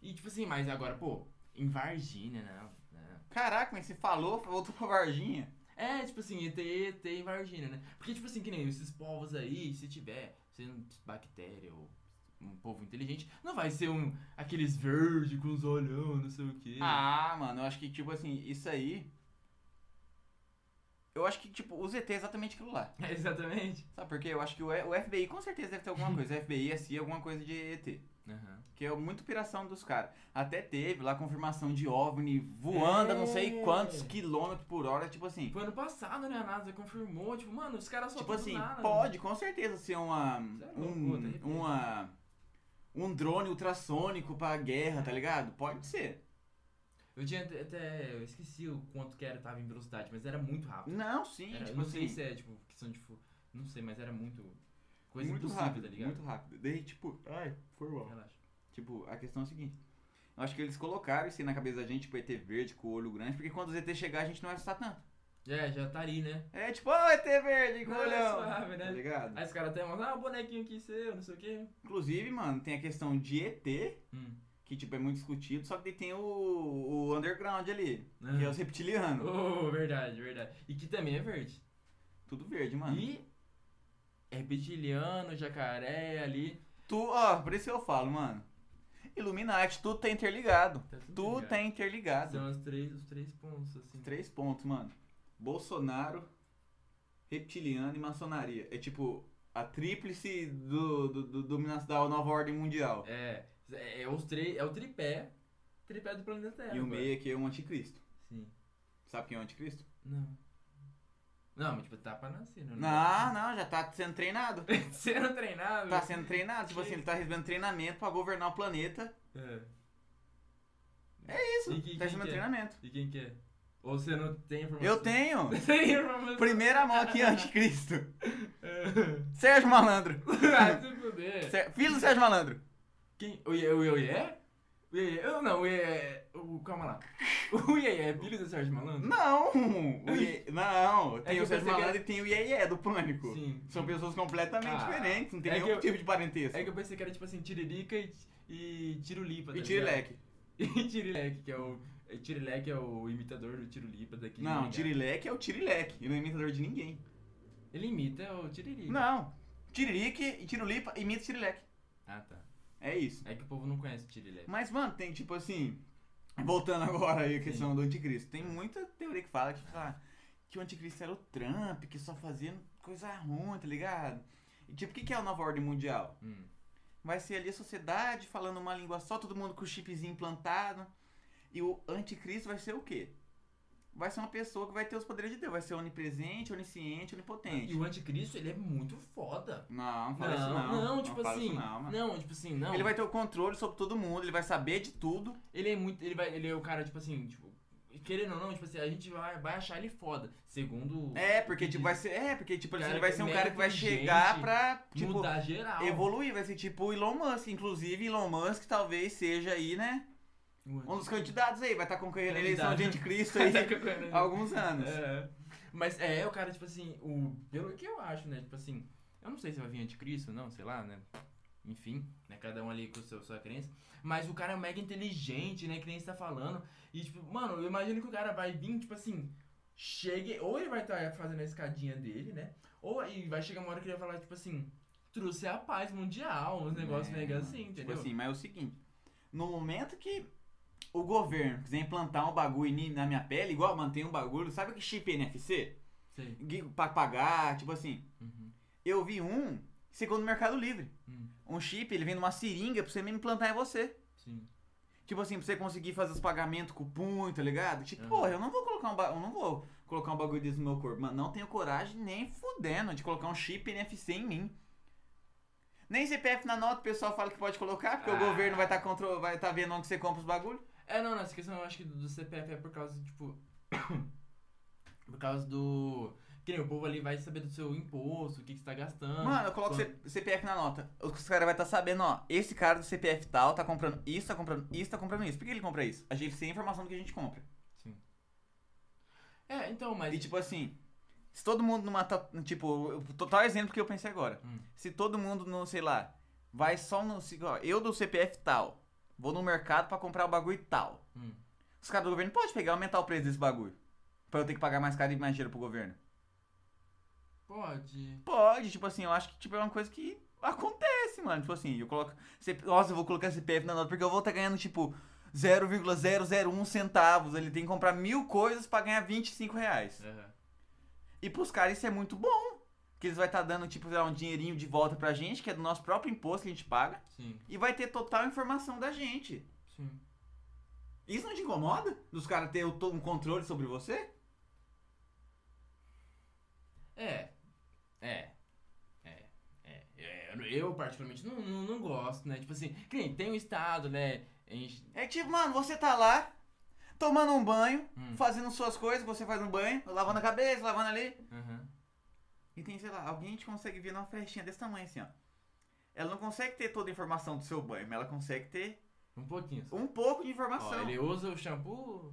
S2: E, tipo assim, mas agora, pô, em Varginha, né? não, não.
S1: Caraca, mas você falou, voltou pra Varginha.
S2: É, tipo assim, ET, ET e Varginha, né? Porque, tipo assim, que nem esses povos aí, se tiver, sendo bactéria ou um povo inteligente, não vai ser um aqueles verde com os olhão, não sei o quê.
S1: Ah, mano, eu acho que, tipo assim, isso aí. Eu acho que, tipo, o ZT é exatamente aquilo lá.
S2: [laughs] É, exatamente.
S1: Sabe por quê? Eu acho que o E- o FBI com certeza deve ter
S2: [laughs]
S1: alguma coisa. FBI, SI, alguma coisa de ET.
S2: Aham.
S1: Que é muito piração dos caras. Até teve lá confirmação de OVNI voando a não sei
S2: É.
S1: quantos quilômetros por hora. Tipo assim,
S2: Foi ano passado, né? A NASA confirmou, tipo, mano, os caras só
S1: tipo
S2: do
S1: assim,
S2: nada. né?
S1: pode com certeza ser uma,
S2: Isso é loucura, tá
S1: um,
S2: arrepiado.
S1: uma, um drone ultrassônico pra guerra, tá ligado? Pode ser.
S2: Eu tinha até- até. Eu esqueci o quanto que era, tava em velocidade, mas era muito rápido.
S1: Não, sim,
S2: Era- eu
S1: tipo
S2: não sei
S1: assim,
S2: se é, tipo, questão de. fu- Não sei, mas era muito. Coisa
S1: muito
S2: impossível,
S1: rápido,
S2: tá ligado?
S1: muito rápido. Daí, tipo, ai, foi mal.
S2: Relaxa.
S1: Tipo, a questão é a seguinte. Eu acho que eles colocaram isso aí na cabeça da gente, tipo, ET verde com o olho grande, porque quando os ET chegar a gente não vai assustar tanto.
S2: É, já tá ali, né?
S1: É tipo, ó, ET verde com o
S2: Não, é
S1: olhão.
S2: suave, né?
S1: Tá ligado?
S2: Aí os caras até mandam, ah, o bonequinho aqui seu, não sei o quê.
S1: Inclusive, mano, tem a questão de ET,
S2: Hum.
S1: que tipo é muito discutido, só que daí tem o, o underground ali,
S2: Ah.
S1: que é os reptilianos.
S2: Oh, verdade, verdade. E que também é verde.
S1: Tudo verde, mano.
S2: E é reptiliano, jacaré ali.
S1: Tu, ó, por isso que eu falo, mano. Illuminati, tudo tá interligado.
S2: Tá tudo
S1: Tudo
S2: ligado.
S1: tá interligado.
S2: São os três, os três pontos, assim.
S1: Três pontos, mano. Bolsonaro, reptiliano e maçonaria. É tipo a tríplice do, do, do, do- da nova ordem mundial.
S2: É, é, os três, é o tripé, tripé do planeta Terra.
S1: e o
S2: agora.
S1: meio aqui é o anticristo.
S2: Sim.
S1: Sabe quem é o anticristo?
S2: Não. Não, mas tipo, tá pra nascer, né? [laughs]
S1: Não, não, já tá sendo treinado.
S2: Sendo treinado.
S1: Tá sendo treinado, tipo assim, ele tá recebendo treinamento pra governar o planeta.
S2: É.
S1: É isso,
S2: E que-
S1: tá recebendo
S2: quem que é? assim?
S1: treinamento.
S2: E quem que é? Ou você não tem informação?
S1: Eu
S2: [laughs]
S1: tenho!
S2: Tem informação.
S1: Primeira mão aqui, anticristo.
S2: É. [laughs]
S1: Sérgio Malandro.
S2: Vai se fuder.
S1: Sé- Filho do Sérgio Malandro.
S2: Quem? O Iê, o Iê, o Iê? O Iê, eu não, o Iê, é- o, calma lá. [laughs] O Iê é filho do Sérgio Malandro?
S1: Não!
S2: [laughs]
S1: o Iê- Não,
S2: É que
S1: tem
S2: eu
S1: o Sérgio
S2: pensei que
S1: Malandro e tem o Iê do Pânico.
S2: Sim.
S1: São pessoas completamente
S2: Ah,
S1: diferentes, não tem
S2: é que
S1: nenhum
S2: eu-
S1: tipo de parentesco.
S2: É que eu pensei que era tipo assim, Tiririca e, e Tirulipa. tá
S1: E
S2: ligado?
S1: Tirileque.
S2: [laughs] E Tirileque, que é o... é, Tirileque é o imitador do Tirulipa daqui. de
S1: Não,
S2: Maringá.
S1: Tirileque é o Tirileque, ele não é imitador de ninguém.
S2: Ele imita o Tiririca.
S1: Não, Tiririque e Tirulipa imita o Tirileque.
S2: Ah, tá.
S1: É isso.
S2: É que o povo não conhece o Tirileque.
S1: Mas, mano, tem tipo assim. Voltando agora aí a questão do anticristo. Tem muita teoria que fala que, fala que o anticristo era o Trump, que só fazia coisa ruim, tá ligado? E tipo, o que que é a nova ordem mundial?
S2: Hum.
S1: Vai ser ali a sociedade falando uma língua só, todo mundo com o chipzinho implantado. E o anticristo vai ser o quê? vai ser uma pessoa que vai ter os poderes de Deus. Vai ser onipresente, onisciente, onipotente.
S2: E o anticristo, ele é muito foda.
S1: Não, não fala isso não.
S2: não, tipo
S1: fala isso
S2: assim.
S1: não, mano.
S2: não, tipo assim, não.
S1: Ele vai ter o controle sobre todo mundo, ele vai saber de tudo.
S2: Ele é muito. Ele, vai, ele é o cara, tipo assim, tipo. Querendo ou não, tipo assim, a gente vai, vai achar ele foda. Segundo.
S1: É,
S2: o
S1: porque
S2: que
S1: tipo, vai ser. É, porque tipo,
S2: Cara
S1: ele vai
S2: que
S1: ser um
S2: mega
S1: cara que vai
S2: inteligente,
S1: chegar pra
S2: diz-
S1: tipo,
S2: mudar geral.
S1: evoluir, vai ser tipo o Elon Musk. Inclusive, Elon Musk talvez seja aí, né?
S2: O
S1: Um dos candidatos aí, vai estar concorrendo à eleição de
S2: Candidato.
S1: anticristo
S2: [laughs]
S1: aí
S2: anticristo.
S1: há alguns anos.
S2: É. Mas é, o cara, tipo assim, o, pelo que eu acho, né? Tipo assim, eu não sei se vai vir anticristo, não, sei lá, né? Enfim, né? Cada um ali com seu, sua crença. Mas o cara é mega inteligente, né? Que nem você tá falando. E, tipo, mano, eu imagino que o cara vai vir, tipo assim, chegue. Ou ele vai estar fazendo a escadinha dele, né? Ou e vai chegar uma hora que ele vai falar, tipo assim, trouxe a paz mundial, uns negócios
S1: É,
S2: mega
S1: mano.
S2: assim, entendeu?
S1: Tipo assim, mas é o seguinte: no momento que o governo quiser implantar um bagulho em mim, na minha pele, igual mantém um bagulho, sabe o que chip NFC?
S2: Sei.
S1: Gui- Pra pagar, tipo assim.
S2: Uhum.
S1: Eu vi um, segundo o Mercado Livre.
S2: Hum.
S1: Um chip, ele vem numa seringa pra você mesmo implantar em você.
S2: Sim.
S1: Tipo assim, pra você conseguir fazer os pagamentos com o punho, tá ligado? Tipo,
S2: Aham.
S1: porra, eu não vou colocar um ba... eu não vou colocar um bagulho desse no meu corpo. Mano, não tenho coragem nem fudendo de colocar um chip NFC em mim. Nem CPF na nota o pessoal fala que pode colocar, porque
S2: Ah.
S1: o governo vai estar contro... vai tá vendo onde você compra os bagulhos.
S2: É, não, não, essa questão eu acho que do, do CPF é por causa, tipo. [coughs] por causa do. Que nem o povo ali vai saber do seu imposto, o que, que você tá gastando.
S1: Mano, eu coloco
S2: quanto-
S1: C- CPF na nota. Os caras vai estar sabendo, ó, esse cara do CPF tal tá comprando isso, tá comprando isso, tá comprando isso. Por que ele compra isso? A gente tem informação do que a gente compra.
S2: É, então, mas.
S1: E tipo assim, se todo mundo numa. ta- Tipo, eu- total exemplo que eu pensei agora.
S2: Hum.
S1: Se todo mundo, não sei lá, vai só no. se- ó, Eu do CPF tal, vou no mercado pra comprar o bagulho tal.
S2: Hum.
S1: Os caras do governo podem pegar e aumentar o preço desse bagulho. Pra eu ter que pagar mais caro e mais dinheiro pro governo.
S2: Pode.
S1: Pode, tipo assim, eu acho que tipo, é uma coisa que acontece, mano. Tipo assim, eu coloco. C- Nossa, eu vou colocar CPF na nota, porque eu vou estar ganhando, tipo, 0,001 centavos. Ele tem que comprar mil coisas pra ganhar 25 reais.
S2: Aham.
S1: E pros caras isso é muito bom. Que eles vai estar dando, tipo, sei lá, um dinheirinho de volta pra gente, que é do nosso próprio imposto que a gente paga.
S2: Sim,
S1: E vai ter total informação da gente.
S2: sim.
S1: Isso não te incomoda? Dos caras terem o to- um controle sobre você?
S2: É. É. É. É. É, eu- Eu, particularmente, não, não, não gosto, né? Tipo assim, que nem tem um estado, né? Enche...
S1: É que, tipo, mano, você tá lá, tomando um banho,
S2: Hum.
S1: fazendo suas coisas, você faz um banho, lavando a cabeça, lavando ali.
S2: Aham.
S1: E tem, sei lá, alguém te consegue ver numa frestinha desse tamanho assim, ó. Ela não consegue ter toda a informação do seu banho, mas ela consegue ter
S2: Um pouquinho. só.
S1: um pouco de
S2: Ó,
S1: informação.
S2: ele usa o shampoo.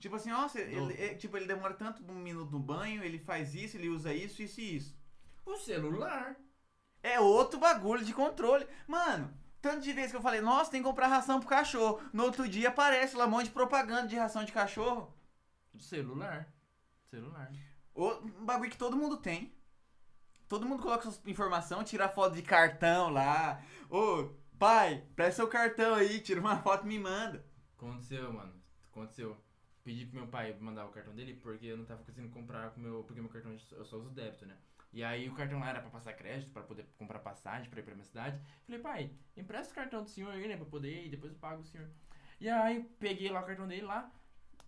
S1: Tipo assim, nossa, ele,
S2: Novo.
S1: é- tipo, ele demora tanto um minuto no banho, ele faz isso, ele usa isso, isso e isso.
S2: O celular.
S1: É outro bagulho de controle. Mano, tanto de vezes que eu falei, nossa, tem que comprar ração pro cachorro. No outro dia aparece lá um monte de propaganda de ração de cachorro.
S2: Celular. Celular.
S1: O, um bagulho que todo mundo tem. Todo mundo coloca suas informação, tira foto de cartão lá. Ô, pai, presta seu cartão aí, tira uma foto e me manda.
S2: Aconteceu, mano. Aconteceu. Pedi pro meu pai mandar o cartão dele porque eu não tava conseguindo comprar com o meu. Porque meu cartão eu só uso débito, né? E aí o cartão lá era pra passar crédito, pra poder comprar passagem pra ir pra minha cidade. Falei, pai, empresta o cartão do senhor aí, né? Pra poder ir, depois eu pago o senhor. E aí peguei lá o cartão dele lá.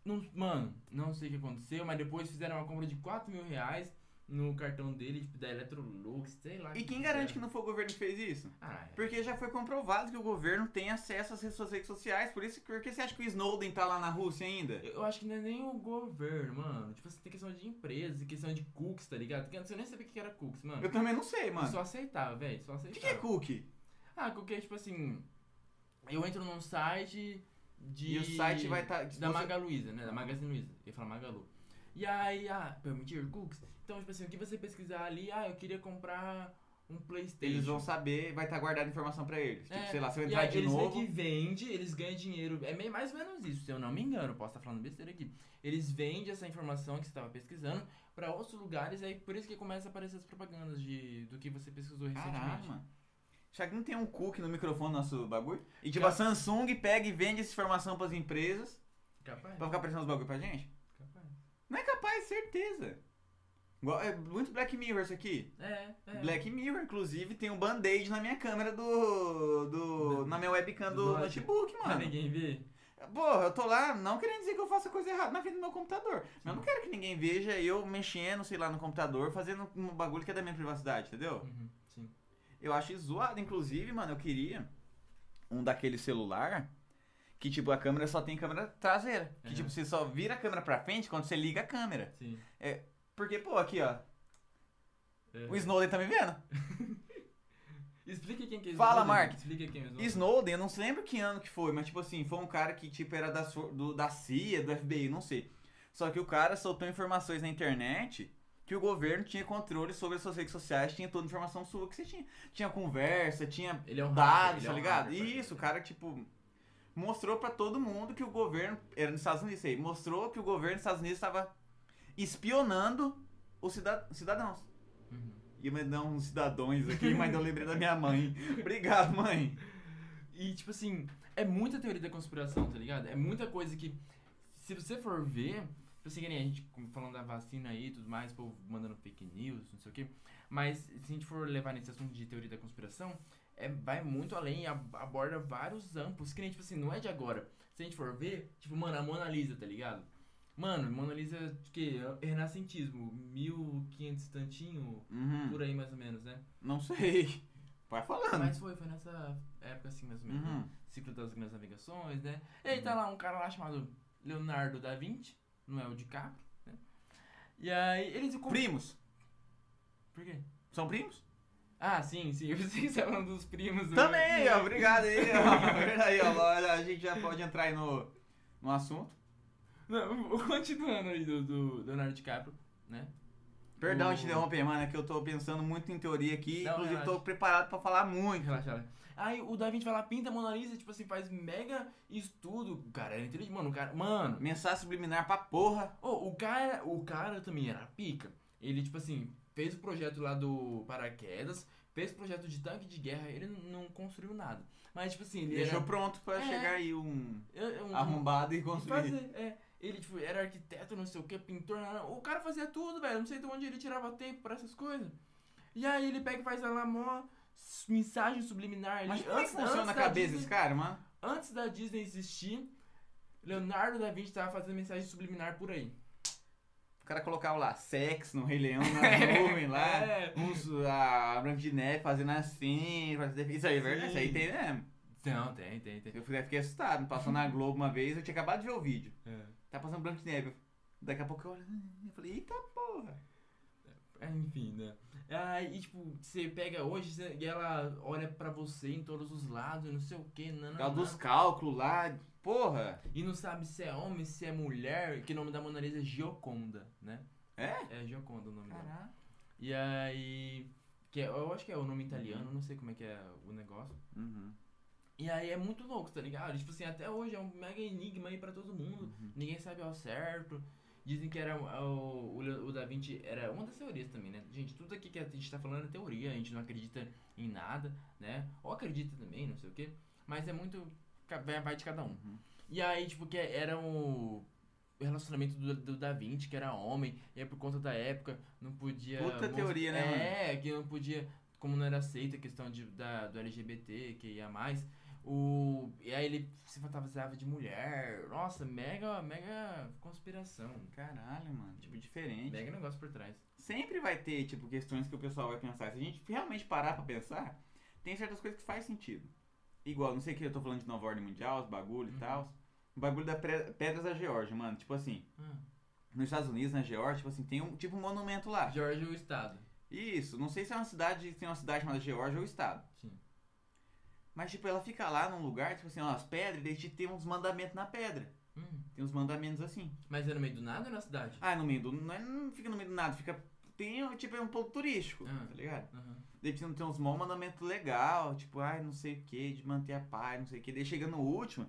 S2: Não- mano, não sei o que aconteceu, mas depois fizeram uma compra de 4 mil reais no cartão dele, tipo, da Electrolux, sei lá.
S1: E quem garante que não foi o governo que fez isso?
S2: Ah, é.
S1: Porque já foi comprovado que o governo tem acesso às suas redes sociais. Por isso, por que você acha que o Snowden tá lá na Rússia ainda?
S2: Eu acho que não é nem o governo, mano. Tipo, assim, tem questão de empresa, questão de cookies, tá ligado? Porque antes eu nem sabia o que era cookies, mano.
S1: Eu também não sei, mano.
S2: Só aceitava, velho. Só
S1: O que,
S2: aceitava.
S1: que é cookie?
S2: Ah, cookie é tipo assim. Eu entro num site de.
S1: E o site vai tá-
S2: Da
S1: você-
S2: Magaluiza, né? Da Magazine Luiza. Eu ia falar Magalu. E aí, ah, permitir cookies? Então, tipo assim, o que você pesquisar ali, ah, eu queria comprar um Playstation.
S1: Eles vão saber, vai estar guardada a informação pra eles. Tipo,
S2: É,
S1: sei lá, se eu
S2: E
S1: entrar
S2: aí,
S1: de
S2: eles
S1: novo.
S2: meio que vende, eles ganham dinheiro. É meio mais ou menos isso, se eu não me engano, posso estar falando besteira aqui. Eles vendem essa informação que você estava pesquisando pra outros lugares, aí por isso que começa a aparecer as propagandas de, do que você pesquisou
S1: Caralho,
S2: recentemente.
S1: mano. Será que não tem um cookie no microfone do nosso bagulho? E tipo,
S2: Cara-
S1: a Samsung pega e vende essa informação pras empresas
S2: Capaz.
S1: pra ficar aparecendo os bagulho pra gente?
S2: Capaz.
S1: Não é capaz, certeza. Igual- é muito Black Mirror isso aqui.
S2: É, é.
S1: Black Mirror, inclusive, tem um band-aid na minha câmera do. do.
S2: Do-
S1: na minha webcam do
S2: do
S1: notebook,
S2: Pra
S1: mano.
S2: Tá, ninguém ver.
S1: Pô, eu tô lá não querendo dizer que eu faça coisa errada na frente do meu computador. Mas eu não quero que ninguém veja eu mexendo, sei lá, no computador, fazendo um bagulho que é da minha privacidade, entendeu?
S2: Uhum, sim.
S1: Eu acho zoado. Inclusive, mano, eu queria um daquele celular que, tipo, a câmera só tem câmera traseira. Que,
S2: Uhum.
S1: tipo, você só vira a câmera pra frente quando você liga a câmera.
S2: Sim.
S1: Porque, pô, aqui, ó,
S2: É.
S1: o Snowden tá me vendo.
S2: Explica quem que é
S1: Fala,
S2: Snowden.
S1: Mark.
S2: Explica quem é Snowden.
S1: Snowden, eu não se lembro que ano que foi, mas, tipo assim, foi um cara que, tipo, era da, so- do- da CIA, do FBI, não sei. Só que o cara soltou informações na internet que o governo tinha controle sobre as suas redes sociais, tinha toda a informação sua que você tinha. Tinha conversa, tinha
S2: Ele é um hacker,
S1: dados,
S2: ele
S1: tá
S2: é um
S1: ligado?
S2: hacker,
S1: Isso, o cara, tipo, mostrou pra todo mundo que o governo, era nos Estados Unidos isso aí, mostrou que o governo dos Estados Unidos estava espionando os cida- cidadãos.
S2: Uhum.
S1: Ia me dar uns cidadãos aqui, mas eu lembrei da minha mãe. Obrigado, mãe.
S2: E, tipo assim, é muita teoria da conspiração, tá ligado? É muita coisa que, se você for ver, tipo assim, que nem a gente como falando da vacina aí e tudo mais, o povo mandando fake news, não sei o quê. Mas se a gente for levar nesse assunto de teoria da conspiração, é, vai muito além, ab- aborda vários amplos, que nem, tipo assim, não é de agora. Se a gente for ver, tipo, mano, a Mona Lisa, tá ligado? Mano, Mona Lisa, o quê? Renascentismo, 1500 e tantinho,
S1: Uhum.
S2: por aí mais ou menos, né?
S1: Não sei. Vai falando.
S2: Mas foi, foi nessa época assim mais ou menos. né?
S1: Uhum.
S2: Ciclo das Grandes Navegações, né? E aí tá lá um cara lá chamado Leonardo da Vinci, não é o DiCaprio, né? E aí eles... Com...
S1: Primos.
S2: Por quê?
S1: São primos?
S2: Ah, sim, [laughs] sim, eu pensei que você tava falando dos primos. né? do-
S1: Também, ó, obrigado aí. ó.
S2: [laughs]
S1: Aí, ó, olha, a gente já pode entrar aí no, no assunto.
S2: Não, [laughs] continuando aí do, do Leonardo DiCaprio, né?
S1: Perdão
S2: O-
S1: te interromper, mano, é que eu tô pensando muito em teoria aqui.
S2: Não,
S1: inclusive,
S2: relaxa.
S1: tô preparado pra falar muito.
S2: Relaxa, relaxa. Aí o Da Vinci vai lá, pinta a Mona Lisa, tipo assim, faz mega estudo. Cara, ele entende, mano, o cara... Mano,
S1: Mensagem subliminar pra porra.
S2: Ô, o cara, o cara também era pica. Ele, tipo assim, fez o projeto lá do paraquedas, fez o projeto de tanque de guerra, ele n- não construiu nada. Mas, tipo assim, ele
S1: Deixou
S2: era...
S1: pronto pra
S2: É.
S1: chegar aí um
S2: eu- eu- um-
S1: arrombado e
S2: um-
S1: construir.
S2: fazer, é. Ele, tipo, era arquiteto, não sei o que, pintor, nada. o cara fazia tudo, velho. Não sei de onde ele tirava tempo pra essas coisas. E aí ele pega e faz lá mó s- mensagem subliminar.
S1: Mas
S2: ele-
S1: como é que funciona a
S2: da
S1: cabeça
S2: Disney-
S1: desse cara, mano?
S2: Antes da Disney existir, Leonardo da Vinci tava fazendo mensagem subliminar por aí.
S1: O cara colocava lá sexo no Rei Leão, na nuvem lá.
S2: [laughs] É.
S1: Uns, a Branca ah, de Neve fazendo assim. fazendo- Isso aí é verdade, isso aí
S2: Sim.
S1: tem mesmo.
S2: Não, tem, tem, tem.
S1: Eu fiquei fiquei assustado, passou na Globo uma vez, eu tinha acabado de ver o vídeo.
S2: É.
S1: Tá passando Branco de Neve. Daqui a pouco eu olho, eu falei, eita porra.
S2: É, Enfim, né? Ah, e tipo, você pega hoje você- e ela olha pra você em todos os lados, não sei o que, não,
S1: Tal dos cálculos lá, porra.
S2: E não sabe se é homem, se é mulher, que o nome da Mona Lisa é Gioconda, né?
S1: É?
S2: É Gioconda o nome dela.
S1: Caraca.
S2: E aí. Que é- eu acho que é o nome italiano, não sei como é que é o negócio.
S1: Uhum.
S2: E aí é muito louco, tá ligado? Tipo assim, até hoje é um mega enigma aí pra todo mundo.
S1: Uhum.
S2: Ninguém sabe ao certo. Dizem que era é, o, o, Le- o Da Vinci era uma das teorias também, né? Gente, tudo aqui que a gente tá falando é teoria, a gente não acredita em nada, né? Ou acredita também, não sei o quê. Mas é muito. ca- vai- Vai de cada um.
S1: Uhum.
S2: E aí, tipo, que era o o relacionamento do, do Da Vinci, que era homem, e aí por conta da época não podia.
S1: Puta
S2: mos-
S1: teoria, né,
S2: É, que não podia. Como não era aceita a questão de, da, do LGBT, que ia mais. O, e aí ele se fantasiava de mulher. Nossa, mega, mega conspiração.
S1: Caralho, mano, tipo, diferente.
S2: Mega negócio por trás.
S1: Sempre vai ter, tipo, questões que o pessoal vai pensar. Se a gente realmente parar pra pensar, tem certas coisas que faz sentido. Igual, não sei o que eu tô falando de Nova Ordem Mundial, os bagulho
S2: Uhum.
S1: e tal. O bagulho da Pre- Pedras da Geórgia, mano. Tipo assim,
S2: Ah,
S1: nos Estados Unidos, na Geórgia, tipo assim, tem um tipo um monumento lá.
S2: Georgia é o Estado.
S1: Isso, não sei se é uma cidade, tem uma cidade chamada Geórgia ou estado.
S2: Sim.
S1: Mas tipo, ela fica lá num lugar, tipo assim, ó, as pedras, daí tem uns mandamentos na pedra.
S2: Hum,
S1: Tem uns mandamentos assim.
S2: Mas é no meio do nada ou na cidade?
S1: Ah, no meio do. Não, é- não fica no meio do nada, fica. Tem, tipo, é um ponto turístico,
S2: Ah.
S1: tá ligado?
S2: Aham.
S1: Daí tem tem uns mó mandamento legal, tipo, ai, não sei o que, de manter a paz, não sei o que. Daí chega no último,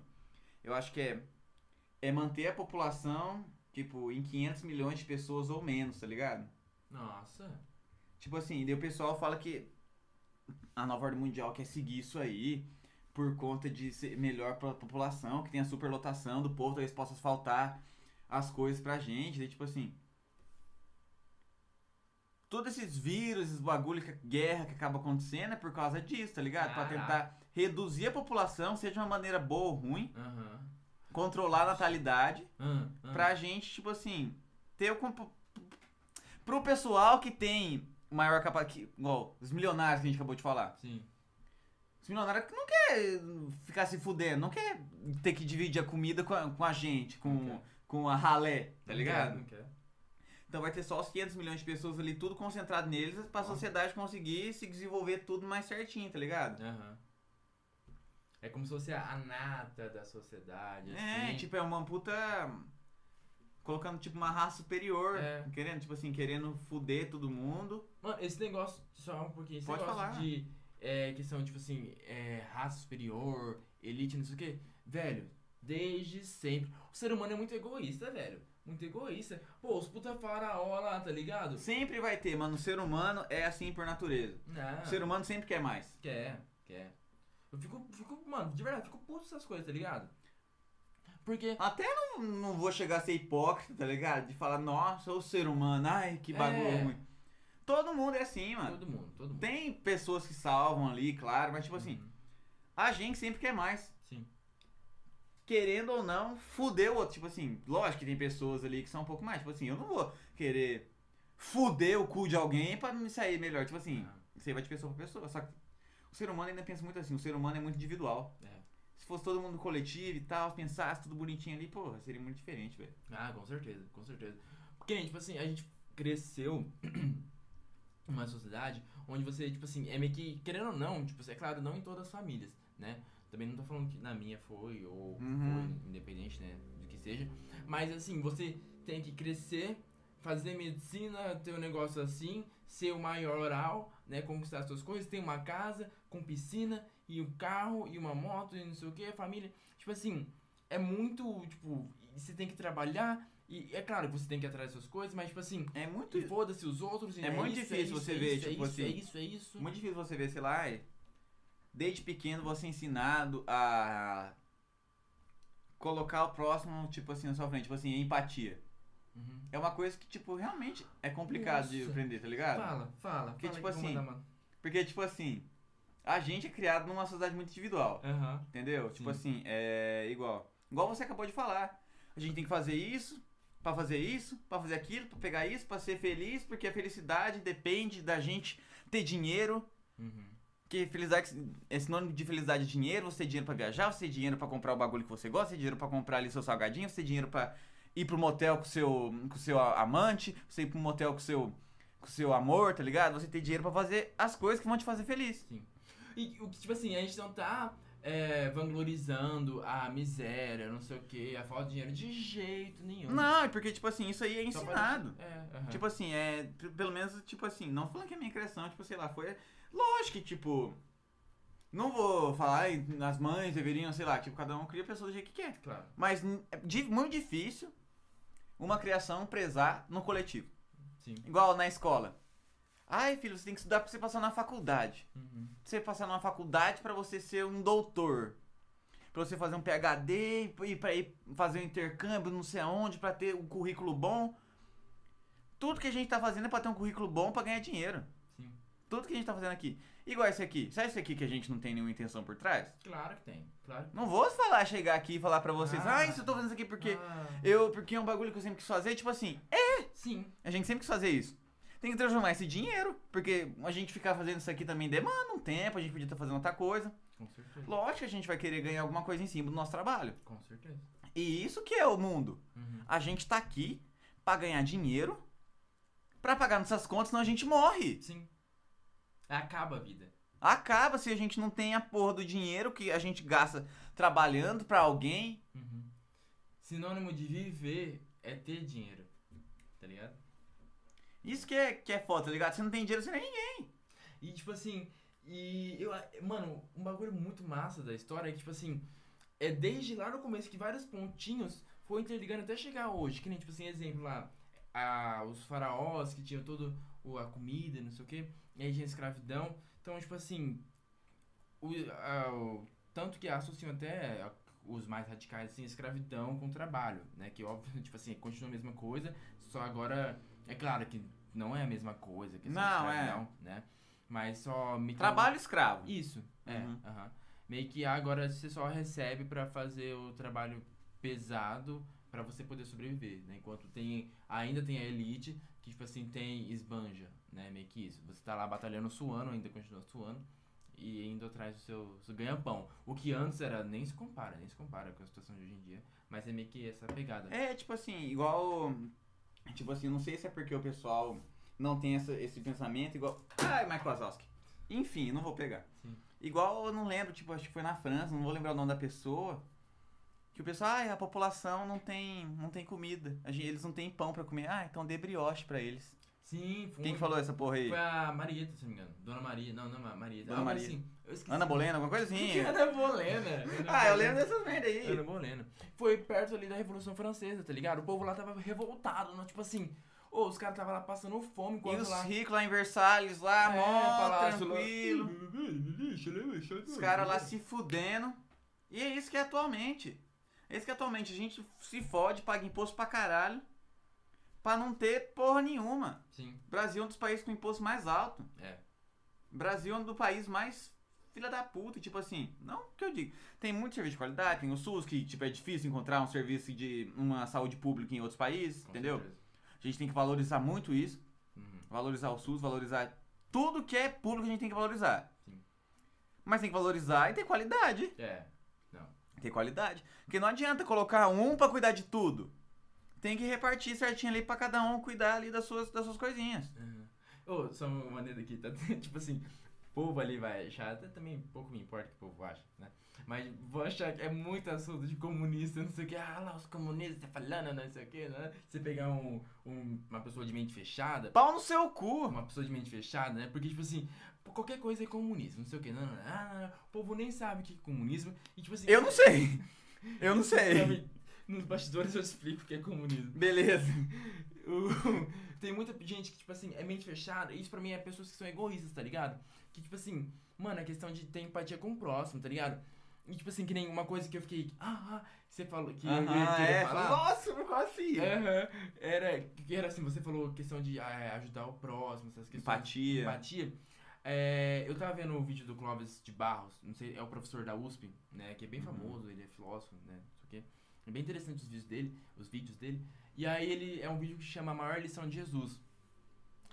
S1: eu acho que é. É manter a população, tipo, em 500 milhões de pessoas ou menos, tá ligado?
S2: Nossa.
S1: Tipo assim, daí o pessoal fala que a nova ordem mundial quer seguir isso aí por conta de ser melhor pra população, que tem a superlotação do povo, talvez possa faltar as coisas pra gente. Daí, tipo assim. Todos esses vírus, esses bagulho, que- guerra que acaba acontecendo é por causa disso, tá ligado? Pra
S2: Caraca.
S1: tentar reduzir a população, seja de uma maneira boa ou ruim.
S2: Aham.
S1: controlar a natalidade
S2: Ah, ah.
S1: pra gente, tipo assim, ter o. compo- Pro pessoal que tem maior capacidade. Igual, os milionários que a gente acabou de falar.
S2: Sim.
S1: Os milionários que não quer ficar se fudendo, não quer ter que dividir a comida com a, com a gente, com,
S2: Não
S1: com a ralé, tá ligado?
S2: Não quer.
S1: Então vai ter só os 500 milhões de pessoas ali, tudo concentrado neles, pra
S2: Ó.
S1: sociedade conseguir se desenvolver tudo mais certinho, tá ligado?
S2: Aham. É como se fosse a a nata da sociedade,
S1: É,
S2: assim.
S1: tipo, é uma puta. Colocando, tipo, uma raça superior.
S2: É.
S1: Querendo, tipo assim, querendo fuder todo mundo.
S2: Mano, esse negócio, só um pouquinho, esse
S1: Pode
S2: negócio
S1: falar.
S2: de é, questão, tipo assim, é, raça superior, elite, não sei o quê, velho, desde sempre. O ser humano é muito egoísta, velho. Muito egoísta. Pô, os puta faraó lá, tá ligado?
S1: Sempre vai ter, mano. O ser humano é assim por natureza.
S2: Não.
S1: O ser hum humano sempre quer mais.
S2: Quer, quer. Eu fico, fico, mano, de verdade, eu fico puto essas coisas, tá ligado? Porque.
S1: Até não, não vou chegar a ser hipócrita, tá ligado? De falar, nossa, o ser humano, ai, que bagulho
S2: É.
S1: ruim. Todo mundo é assim, mano.
S2: Todo mundo, todo mundo.
S1: Tem pessoas que salvam ali, claro, mas tipo assim,
S2: Uhum,
S1: a gente sempre quer mais.
S2: Sim.
S1: Querendo ou não, fuder o outro. Tipo assim, lógico que tem pessoas ali que são um pouco mais. Tipo assim, eu não vou querer fuder o cu de alguém pra me sair melhor. Tipo assim,
S2: Ah,
S1: isso aí vai de pessoa pra pessoa. Só que o ser humano ainda pensa muito assim, o ser humano é muito individual.
S2: É.
S1: Se fosse todo mundo coletivo e tal, pensasse tudo bonitinho ali, porra, seria muito diferente, velho.
S2: Ah, com certeza, com certeza. Porque, tipo assim, a gente cresceu [clears throat] numa sociedade onde você, tipo assim, é meio que, querendo ou não, tipo, é claro, não em todas as famílias, né? Também não tô falando que na minha foi ou
S1: Uhum.
S2: foi, independente, né, do que seja. Mas, assim, você tem que crescer, fazer medicina, ter um negócio assim, ser o maioral, né, conquistar suas coisas, ter uma casa com piscina e um carro e uma moto e não sei o que, família. Tipo assim, é muito, tipo, e você tem que trabalhar e é claro que você tem que ir atrás das suas coisas, mas tipo assim,
S1: É muito,
S2: e foda-se os outros. e
S1: É muito
S2: isso,
S1: difícil
S2: isso,
S1: você
S2: é
S1: ver,
S2: isso, é
S1: tipo
S2: isso, é
S1: assim,
S2: isso, é isso.
S1: muito difícil você ver, sei lá, ai, desde pequeno você é ensinado a colocar o próximo, tipo assim, na sua frente, tipo assim, empatia.
S2: Uhum.
S1: É uma coisa que, tipo, realmente é complicado de
S2: Nossa.
S1: aprender, tá ligado?
S2: Fala, fala.
S1: Porque,
S2: fala
S1: tipo
S2: aí, vou
S1: assim,
S2: mandar uma-
S1: Porque, tipo assim, a gente é criado numa sociedade muito individual,
S2: Aham.
S1: entendeu? Tipo assim, é igual. Igual você acabou de falar. A gente tem que fazer isso, pra fazer isso, pra fazer aquilo, pra pegar isso, pra ser feliz, porque a felicidade depende da gente ter dinheiro.
S2: Uhum.
S1: Que felicidade é sinônimo de felicidade é dinheiro, você ter dinheiro pra viajar, você ter dinheiro pra comprar o bagulho que você gosta, você ter dinheiro pra comprar ali seu salgadinho, você ter dinheiro pra ir pro motel com seu com seu a- amante, você ir pro motel com seu com seu amor, tá ligado? Você ter dinheiro pra fazer as coisas que vão te fazer feliz.
S2: E o que, tipo assim, a gente não tá é, vanglorizando a miséria, não sei o que, a falta de dinheiro de jeito nenhum.
S1: Não, é porque tipo assim, isso aí é
S2: Só
S1: ensinado.
S2: pra- É, aham.
S1: Tipo assim, é p- pelo menos tipo assim, não falando que a minha criação, tipo, sei lá, foi lógico que tipo não vou falar, "Ai, as mães deveriam, sei lá, tipo, cada um cria a pessoa do jeito que quer.
S2: Claro.
S1: Mas n- é di- muito difícil uma criação prezar no coletivo.
S2: Sim.
S1: Igual na escola. Ai, filho, você tem que estudar pra você passar na faculdade.
S2: Uhum.
S1: Pra você passar numa faculdade pra você ser um doutor. Pra você fazer um PhD, e pra- e pra ir fazer um intercâmbio, não sei aonde, pra ter um currículo bom. Tudo que a gente tá fazendo é pra ter um currículo bom pra ganhar dinheiro.
S2: Sim.
S1: Tudo que a gente tá fazendo aqui. Igual esse aqui. Sabe esse aqui que a gente não tem nenhuma intenção por trás?
S2: Claro que tem. Claro que
S1: Não vou falar, chegar aqui e falar pra vocês,
S2: Ah.
S1: ah, isso eu tô fazendo isso aqui porque
S2: Ah,
S1: eu, porque é um bagulho que eu sempre quis fazer, tipo assim, é,
S2: Sim.
S1: a gente sempre quis fazer isso. Tem que transformar esse dinheiro, porque a gente ficar fazendo isso aqui também demanda um tempo, a gente podia estar fazendo outra coisa.
S2: Com certeza.
S1: Lógico que a gente vai querer ganhar alguma coisa em cima do nosso trabalho.
S2: Com certeza.
S1: E isso que é o mundo.
S2: Uhum.
S1: A gente tá aqui pra ganhar dinheiro, pra pagar nossas contas, senão a gente morre.
S2: Sim. Acaba a vida.
S1: Acaba se a gente não tem a porra do dinheiro que a gente gasta trabalhando pra alguém.
S2: Uhum. Sinônimo de viver é ter dinheiro. Tá ligado?
S1: Isso que é, que é foda, tá ligado? Você não tem dinheiro, você nem...
S2: E tipo assim, e eu, a- mano, um bagulho muito massa da história é que tipo assim, é desde lá no começo que vários pontinhos foram interligando até chegar hoje, que nem tipo assim, exemplo lá, a, os faraós que tinham todo o- a comida, não sei o quê, e aí tinha escravidão. Então, tipo assim, o, a- o- tanto que associam até a- os mais radicais assim, a escravidão com o trabalho, né? Que óbvio, [laughs] tipo assim, continua a mesma coisa, só agora é claro que não é a mesma coisa que
S1: Não, é.
S2: né? Mas só me
S1: Trabalho escravo.
S2: isso, é.
S1: Uhum.
S2: aham. Meio que agora você só recebe pra fazer o trabalho pesado pra você poder sobreviver, né? Enquanto tem ainda tem a elite que tipo assim tem esbanja, né? Meio que isso. Você tá lá batalhando, suando, ainda continua suando e indo atrás do seu, seu ganha-pão. O que antes era nem se compara, nem se compara com a situação de hoje em dia, mas é meio que essa pegada.
S1: É, tipo assim, igual. Tipo assim, não sei se é porque o pessoal não tem essa- esse pensamento, igual. Ai, Mike Wazowski. Enfim, não vou pegar.
S2: Sim.
S1: Igual eu não lembro, tipo, acho que foi na França, não vou lembrar o nome da pessoa. Que o pessoal, ai, a população não tem, não tem comida. A gente- Eles não têm pão pra comer. Ah, então dê brioche pra eles.
S2: Sim, foi
S1: Quem que falou essa porra aí?
S2: Hum. Foi a Marieta, se não me engano. Dona Maria. Não, não, Ma- Marieta.
S1: Dona
S2: Ah, mas
S1: Maria.
S2: Assim, eu esqueci.
S1: Ana Bolena, alguma
S2: Que
S1: coisinha?
S2: Ana Bolena.
S1: é. Ah, eu lembro dessas merda
S2: Ana
S1: aí.
S2: Bolena. é Foi perto ali da Revolução Francesa, tá ligado? O povo lá tava revoltado, não, tipo assim. Ô, os caras tava lá passando fome
S1: E
S2: enquanto
S1: os
S2: lá. É,
S1: ricos lá em Versalhes, lá, mó
S2: palácio lá.
S1: tranquilo. Os caras lá se fudendo. E é isso que é atualmente. É isso que atualmente a gente se fode, paga imposto pra caralho. Pra não ter porra nenhuma.
S2: Sim,
S1: Brasil é um dos países com imposto mais alto.
S2: é.
S1: Brasil é um do país mais filha da puta. Tipo assim, não que eu digo. Tem muito serviço de qualidade, tem o SUS, que tipo, é difícil encontrar um serviço de uma saúde pública em outros países,
S2: com
S1: entendeu?
S2: certeza.
S1: A gente tem que valorizar muito isso
S2: Uhum.
S1: valorizar o SUS, valorizar tudo que é público a gente tem que valorizar.
S2: Sim.
S1: Mas tem que valorizar e ter qualidade.
S2: É.
S1: Ter qualidade. Porque não adianta colocar um pra cuidar de tudo. Tem que repartir certinho ali pra cada um cuidar ali das suas, das suas coisinhas.
S2: Aham. Ô, só uma maneira aqui, tá? [laughs] tipo assim, o povo ali vai achar, até também pouco me importa o que o povo acha, né? Mas vou achar que é muito assunto de comunista, não sei o que, ah lá, os comunistas tá falando, não sei o que, né? Você pegar um, um- uma pessoa de mente fechada,
S1: Pau no seu cu.
S2: [laughs] uma pessoa de mente fechada, né? Porque, tipo assim, pô, qualquer coisa é comunismo, não sei o que, não, não, não, ah, não, não, o povo nem sabe o que é comunismo, e tipo assim...
S1: Eu não sei. Eu não sei.
S2: [laughs] sabe, Nos bastidores eu explico o que é comunismo.
S1: Beleza.
S2: O- [laughs] Tem muita gente que, tipo assim, é mente fechada. Isso pra mim é pessoas que são egoístas, tá ligado? Que, tipo assim, mano, é questão de ter empatia com o próximo, tá ligado? E, tipo assim, que nem uma coisa que eu fiquei. Ah, ah", você falou que eu ia
S1: Aham,
S2: querer
S1: é.
S2: falar.
S1: Nossa, ficou assim.
S2: Aham, era, que era assim, você falou questão de ah, ajudar o próximo, essas questões.
S1: Empatia.
S2: Empatia. É, eu tava vendo o vídeo do Clóvis de Barros, não sei, é o professor da USP, né? Que é bem
S1: Uhum.
S2: famoso, ele é filósofo, né? Não sei o quê. É bem interessante os vídeos dele, os vídeos dele. E aí ele é um vídeo que chama A Maior Lição de Jesus.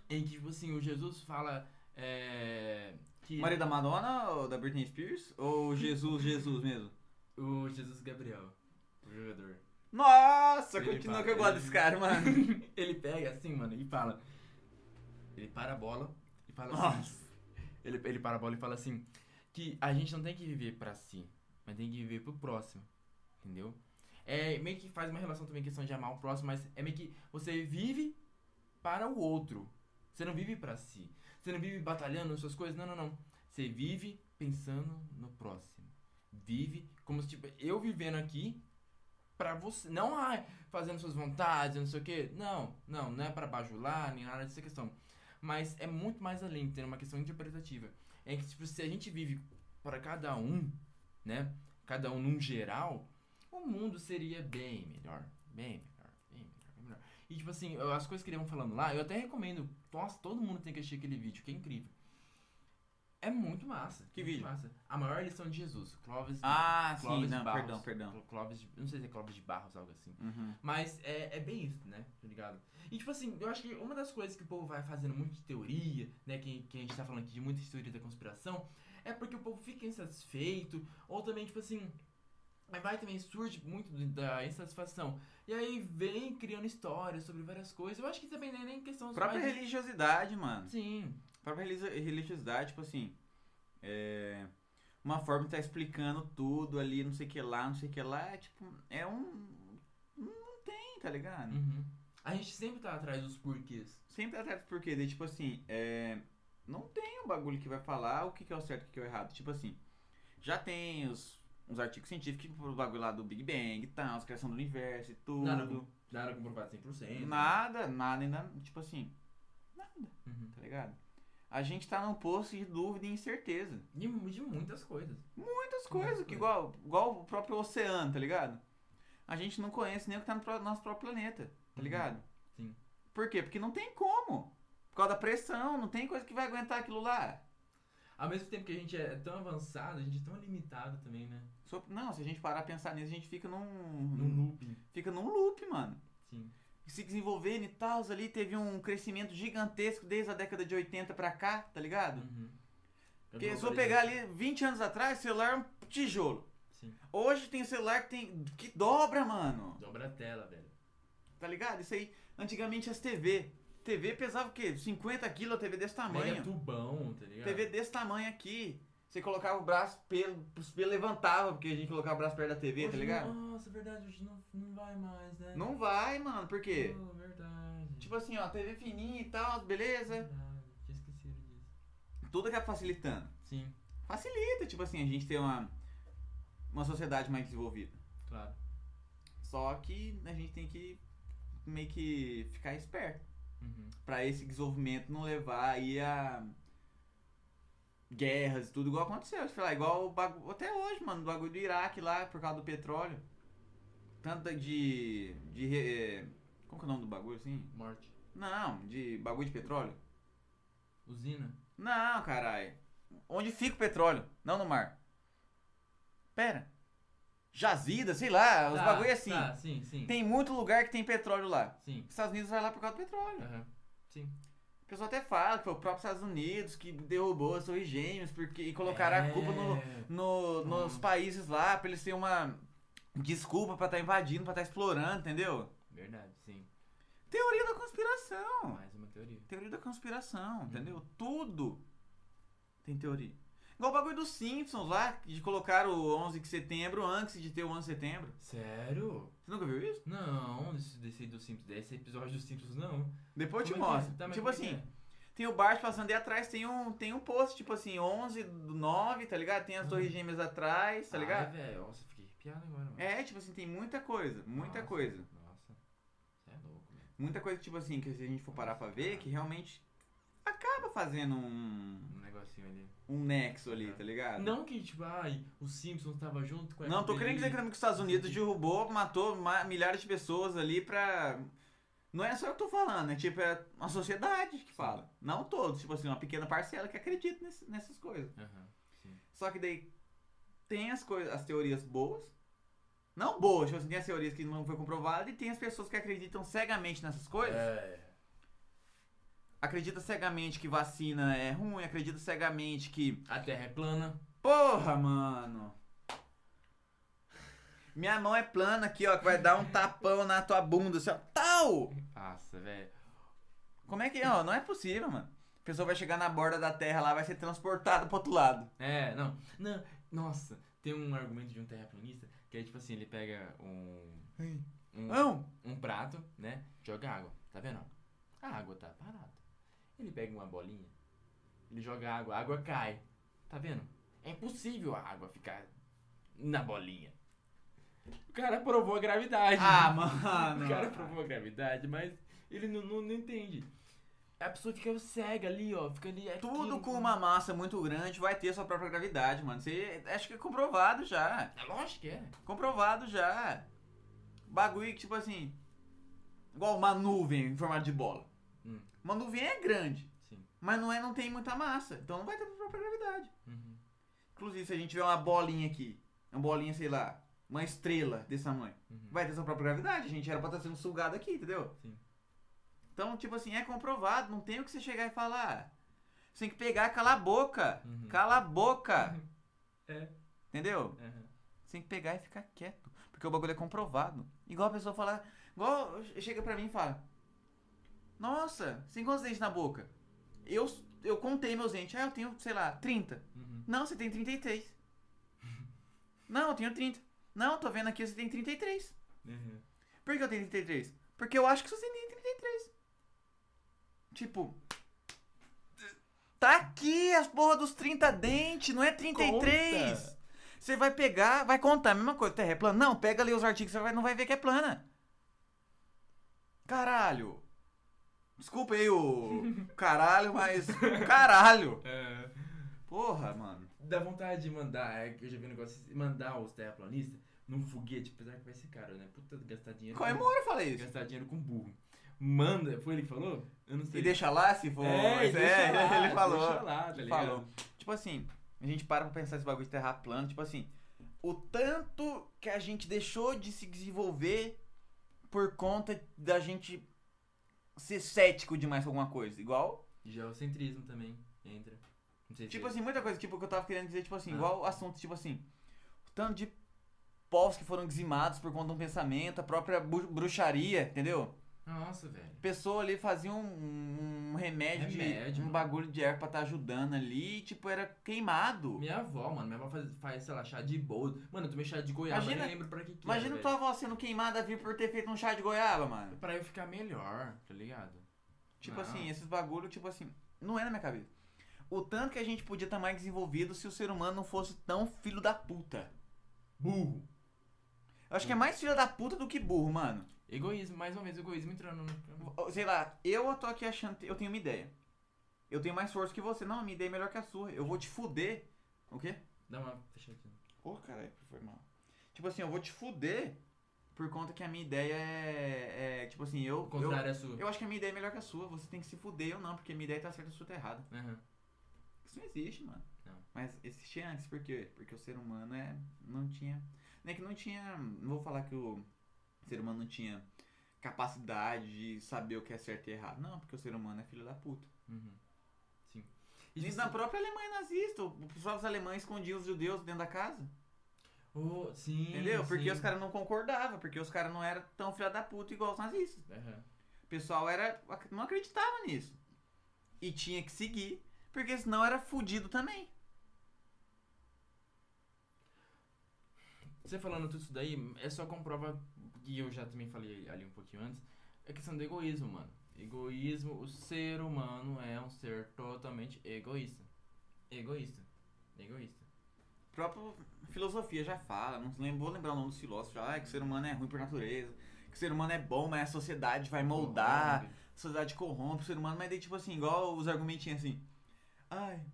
S2: Em que, tipo assim, o Jesus fala. é, que
S1: Maria da Madonna ou da Britney Spears? Ou Jesus, Jesus mesmo?
S2: O Jesus Gabriel, o jogador.
S1: Nossa,
S2: Ele
S1: continua
S2: fala-
S1: que eu gosto
S2: ele-
S1: desse cara, mano.
S2: ele pega assim, mano, e fala. Ele para a bola e fala assim.
S1: Nossa.
S2: Ele, ele para a bola e fala assim: que a gente não tem que viver pra si, mas tem que viver pro próximo. Entendeu? É meio que faz uma relação também, questão de amar o próximo, mas é meio que você vive para o outro. Você não vive pra si. Você não vive batalhando suas coisas. Não, não, não. Você vive pensando no próximo. Vive como se, tipo, eu vivendo aqui pra você. Não, ai, fazendo suas vontades, não sei o quê. Não, não, não é para bajular, nem nada dessa questão. Mas é muito mais além, tem uma questão interpretativa. É que, tipo, se a gente vive para cada um, né? Cada um num geral, o mundo seria bem melhor. Bem melhor, bem melhor, bem melhor. E, tipo assim, eu- as coisas que eles vão falando lá, eu até recomendo. Nossa, todo mundo tem que assistir aquele vídeo, que é incrível. É muito massa.
S1: Que
S2: muito
S1: vídeo?
S2: Massa. A maior lição de Jesus. Clóvis.
S1: Ah, sim,
S2: Clóvis de
S1: não,
S2: Barros.
S1: perdão, perdão.
S2: Clóvis de, não sei se é Clóvis de Barros, algo assim.
S1: Uhum.
S2: Mas é, é bem isso, né? Tá ligado? E tipo assim, eu acho que uma das coisas que o povo vai fazendo muito de teoria, né? Que, que a gente tá falando aqui de muita teoria da conspiração, é porque o povo fica insatisfeito, ou também, tipo assim. Aí vai também, surge muito do- da insatisfação. E aí vem criando histórias sobre várias coisas. Eu acho que também não é nem questão
S1: Própria
S2: mais...
S1: religiosidade, mano.
S2: Sim.
S1: Própria religi- religiosidade, tipo assim. É. Uma forma de tá explicando tudo ali, não sei o que lá, não sei o que lá. É tipo. É um. Não tem, tá ligado?
S2: Uhum. A gente sempre tá atrás dos porquês.
S1: Sempre atrás porque, daí, tipo assim. É, não tem um bagulho que vai falar o que, que é o certo e o que, que é o errado. Tipo assim. Já tem os. Uns artigos científicos, tipo, o bagulho lá do Big Bang e tal, as criação do universo e tudo.
S2: Nada né? Nada comprovado 100%.
S1: Nada, nada, ainda, tipo assim,
S2: Uhum.
S1: tá ligado? A gente tá num poço de dúvida e incerteza.
S2: De, de muitas coisas.
S1: Muitas coisas,
S2: é.
S1: que igual, igual o próprio oceano, tá ligado? A gente não conhece nem o que tá no pró- nosso próprio planeta, tá
S2: Uhum.
S1: ligado?
S2: Sim.
S1: Por quê? Porque não tem como. Por causa da pressão, não tem coisa que vai aguentar aquilo lá.
S2: Ao mesmo tempo que a gente é tão avançado, a gente é tão limitado também, né?
S1: Só- Não, se a gente parar a pensar nisso, a gente fica num.
S2: Num loop.
S1: Fica num loop, mano.
S2: Sim.
S1: Se desenvolvendo e tal, ali teve um crescimento gigantesco desde a década de 80 pra cá, tá ligado?
S2: Uhum.
S1: Porque se eu pegar ali 20 anos atrás, celular é um tijolo.
S2: Sim.
S1: Hoje tem celular que tem. que dobra, mano.
S2: Dobra a tela, velho.
S1: Tá ligado? Isso aí, antigamente as TV. TV pesava o quê? 50 quilos a TV desse
S2: Mega
S1: tamanho.
S2: tubão, tá ligado?
S1: TV desse tamanho aqui. Você colocava o braço, pelo, os pelos levantava, porque a gente colocava o braço perto da TV,
S2: Hoje
S1: tá
S2: não-
S1: ligado?
S2: Nossa, é verdade, hoje não, não vai mais, né?
S1: Não vai, mano, por quê?
S2: Oh, verdade.
S1: Tipo é. assim, ó, TV fininha e tal, beleza?
S2: verdade. Tinha esquecido disso.
S1: Tudo acaba facilitando.
S2: Sim,
S1: Facilita, tipo assim, a gente ter uma, uma sociedade mais desenvolvida.
S2: claro.
S1: Só que a gente tem que meio que ficar esperto
S2: Uhum.
S1: pra esse desenvolvimento não levar aí a guerras e tudo igual aconteceu, sei lá, igual o bagu... até hoje, mano, o bagulho do Iraque lá por causa do petróleo. Tanto de de re- como que é o nome do bagulho assim?
S2: Morte.
S1: Não, de bagulho de petróleo.
S2: Usina.
S1: Não, caralho. Onde fica o petróleo? Não no mar. Pera. Jazida, sei lá, os
S2: Tá,
S1: bagulho é assim.
S2: Tá, sim, sim.
S1: Tem muito lugar que tem petróleo lá.
S2: Sim.
S1: Os Estados Unidos vai lá por causa do petróleo.
S2: Aham. Sim.
S1: O pessoal até fala que foi o próprio Estados Unidos que derrubou as torres gêmeas porque, e colocaram a culpa no,
S2: É.
S1: no- nos
S2: Hum.
S1: países lá pra eles terem uma desculpa pra estar invadindo, pra estar explorando, entendeu?
S2: Verdade, sim.
S1: Teoria da conspiração.
S2: Mais uma teoria.
S1: Teoria da conspiração,
S2: Uhum.
S1: entendeu? Tudo tem teoria. Igual o bagulho dos Simpsons lá, de colocar o 11 de setembro antes de ter o 11 de setembro.
S2: Sério?
S1: Você nunca viu isso?
S2: Não, desse, desse aí do Simpsons, desse episódio do Simpsons, não.
S1: Depois eu te
S2: Como é que é?
S1: mostro.
S2: Tá, mas
S1: tipo
S2: como é que
S1: assim,
S2: é?
S1: tem o Bart passando e atrás tem um, tem um post, tipo assim, 11 do 9, tá ligado? Tem as
S2: Hum.
S1: torres gêmeas atrás, tá
S2: Ai,
S1: ligado?
S2: é? Ah, velho, nossa, fiquei arrepiado agora, mano.
S1: É, tipo assim, tem muita coisa, muita
S2: Nossa,
S1: coisa.
S2: Nossa, você é louco, velho.
S1: Muita coisa, tipo assim, que se a gente for parar pra ver,
S2: Cara.
S1: que realmente acaba fazendo um,
S2: Um negocinho ali.
S1: um nexo ali,
S2: Aham.
S1: tá ligado?
S2: Não que, tipo, ai, o Simpsons tava junto com a
S1: Não, tô
S2: FBI.
S1: querendo dizer que também que os Estados Unidos derrubou, matou ma- milhares de pessoas ali pra. Não é só eu que tô falando, é tipo, é uma sociedade que fala. Não todos, tipo assim, uma pequena parcela que acredita nesse- nessas coisas.
S2: Aham, sim.
S1: Só que daí tem as coisas, as teorias boas. Não boas, tipo assim, tem as teorias que não foi comprovada e tem as pessoas que acreditam cegamente nessas coisas.
S2: É.
S1: Acredita cegamente que vacina é ruim, acredita cegamente que
S2: A Terra é plana.
S1: Porra, mano. Minha mão é plana aqui, ó, que vai dar um tapão na tua bunda, assim, ó. Tal!
S2: Nossa, velho.
S1: Como é que é? Ó, não é possível, mano. A pessoa vai chegar na borda da terra lá, vai ser transportada pro outro lado.
S2: É, não. Não, nossa, tem um argumento de um terraplanista que é, tipo assim, ele pega um... um
S1: Não!
S2: um prato, né? Joga água, tá vendo? A água tá parada. Ele pega uma bolinha, ele joga água, a água cai. Tá vendo? É impossível a água ficar na bolinha. O cara provou a gravidade.
S1: Ah, mano.
S2: [laughs] O É. cara provou a gravidade, mas ele não, não, não entende. A pessoa fica cega ali, ó. Fica ali. aquilo,
S1: Tudo com uma massa muito grande vai ter sua própria gravidade, mano. Você acho que é comprovado já.
S2: É lógico que é.
S1: Comprovado já. Bagulho que, tipo assim. Igual uma nuvem em formato de bola.
S2: Hum.
S1: Uma nuvem é grande.
S2: Sim.
S1: Mas não, é, não tem muita massa, então não vai ter própria gravidade.
S2: Uhum.
S1: Inclusive, se a gente tiver uma bolinha aqui, uma bolinha, sei lá, uma estrela desse tamanho,
S2: Uhum.
S1: vai ter sua própria gravidade. A gente era pra estar sendo sugado aqui, entendeu?
S2: Sim.
S1: Então, tipo assim, é comprovado, não tem o que você chegar e falar. Você tem que pegar, cala a boca.
S2: Uhum.
S1: Cala a boca.
S2: É.
S1: Entendeu?
S2: Uhum.
S1: Você tem que pegar e ficar quieto. Porque o bagulho é comprovado. Igual a pessoa falar. Igual chega pra mim e fala. Nossa, você tem quantos dentes na boca? Eu, eu contei meus dentes. Ah, eu tenho, sei lá, 30.
S2: Uhum.
S1: Não, você tem 33. Não, eu tenho 30. Não, tô vendo aqui, você tem 33.
S2: Uhum.
S1: Por que eu tenho 33? Porque eu acho que você tem 33. Tipo. Tá aqui as porra dos 30 dentes, não é 33.
S2: Conta.
S1: Você vai pegar, vai contar a mesma coisa. Terra é plana? Não, pega ali os artigos, você vai- não vai ver que é plana. Caralho. Desculpa aí
S2: [laughs]
S1: o caralho, mas caralho.
S2: É.
S1: Porra, mano.
S2: Dá vontade de mandar, é que eu já vi um negócio assim, mandar os terraplanistas num foguete, apesar que vai ser caro, né? Puta, gastar dinheiro.
S1: Qual é
S2: com,
S1: mora eu falei isso?
S2: gastar dinheiro com burro. Manda, foi ele que falou? Eu não sei.
S1: E deixa lá se for.
S2: é,
S1: mas
S2: deixa
S1: [laughs]
S2: lá,
S1: ele falou.
S2: Deixa lá, tá
S1: Ele
S2: ligado?
S1: falou. Tipo tipo assim, a gente para pra pensar esse bagulho de terra plana, tipo assim, o tanto que a gente deixou de se desenvolver por conta da gente ser cético demais com alguma coisa. Igual,
S2: Geocentrismo é também entra. Não sei se é.
S1: tipo assim, muita coisa, tipo, que eu tava querendo dizer, tipo assim,
S2: Ah.
S1: igual assuntos, tipo assim, o tanto de povos que foram dizimados por conta de um pensamento, a própria bu- bruxaria, entendeu?
S2: Nossa, velho.
S1: pessoa ali fazia um, um remédio, de-
S2: Remédio,
S1: um
S2: mano.
S1: bagulho de erva pra tá ajudando ali, e, tipo, era queimado.
S2: Minha avó, mano, minha avó faz, faz sei lá, chá de boldo. Mano, eu tomei chá de goiaba,
S1: Imagina-
S2: nem lembro pra que que
S1: Imagina
S2: era,
S1: tua avó sendo queimada vir por ter feito um chá de goiaba, mano.
S2: velho. Pra eu ficar melhor, tá ligado?
S1: Tipo
S2: Não.
S1: assim, esses bagulho, tipo assim, não é na minha cabeça. O tanto que a gente podia estar mais desenvolvido se o ser humano não fosse tão filho da puta.
S2: Burro.
S1: Eu acho que é mais filho da puta do que burro, mano.
S2: Egoísmo, mais uma vez, egoísmo entrando no...
S1: Sei lá, eu tô aqui achando. Eu tenho uma ideia. Eu tenho mais força que você. Não, a minha ideia é melhor que a sua. Eu vou te fuder. O quê?
S2: Dá uma fechadinha.
S1: Ô, caralho, foi mal. Tipo assim, eu vou te fuder por conta que a minha ideia é. é, tipo assim, eu.
S2: O contrário é sua.
S1: Eu, eu acho que a minha ideia é melhor que a sua. Você tem que se fuder ou não, porque a minha ideia tá certa e a sua tá errada.
S2: Aham.
S1: Isso não existe, mano.
S2: Não.
S1: Mas existia antes, por quê? Porque o ser humano é. Não tinha. Não é que não tinha. Não vou falar que o ser humano não tinha capacidade de saber o que é certo e errado. Não, porque o ser humano é filho da puta.
S2: Uhum. Sim. E
S1: Isso
S2: tipo
S1: na
S2: assim,
S1: própria Alemanha nazista. Os próprios alemães escondiam os judeus dentro da casa.
S2: oh, sim,
S1: Entendeu? Porque
S2: sim.
S1: os caras não concordavam, porque os caras não eram tão filha da puta igual os nazistas.
S2: Aham.
S1: O pessoal era, ac- não acreditava nisso. E tinha que seguir, porque senão era fudido também.
S2: Você falando tudo isso daí, é só comprova, e eu já também falei ali um pouquinho antes, a questão do egoísmo, mano. Egoísmo, o ser humano é um ser totalmente egoísta. Egoísta. Egoísta.
S1: A própria filosofia já fala, não lembro, vou lembrar o nome dos filósofos, já, ah, que o ser humano é ruim por natureza, que o ser humano é bom, mas a sociedade vai moldar, a sociedade corrompe o ser humano, mas daí, tipo assim, igual os argumentinhos assim. Ai,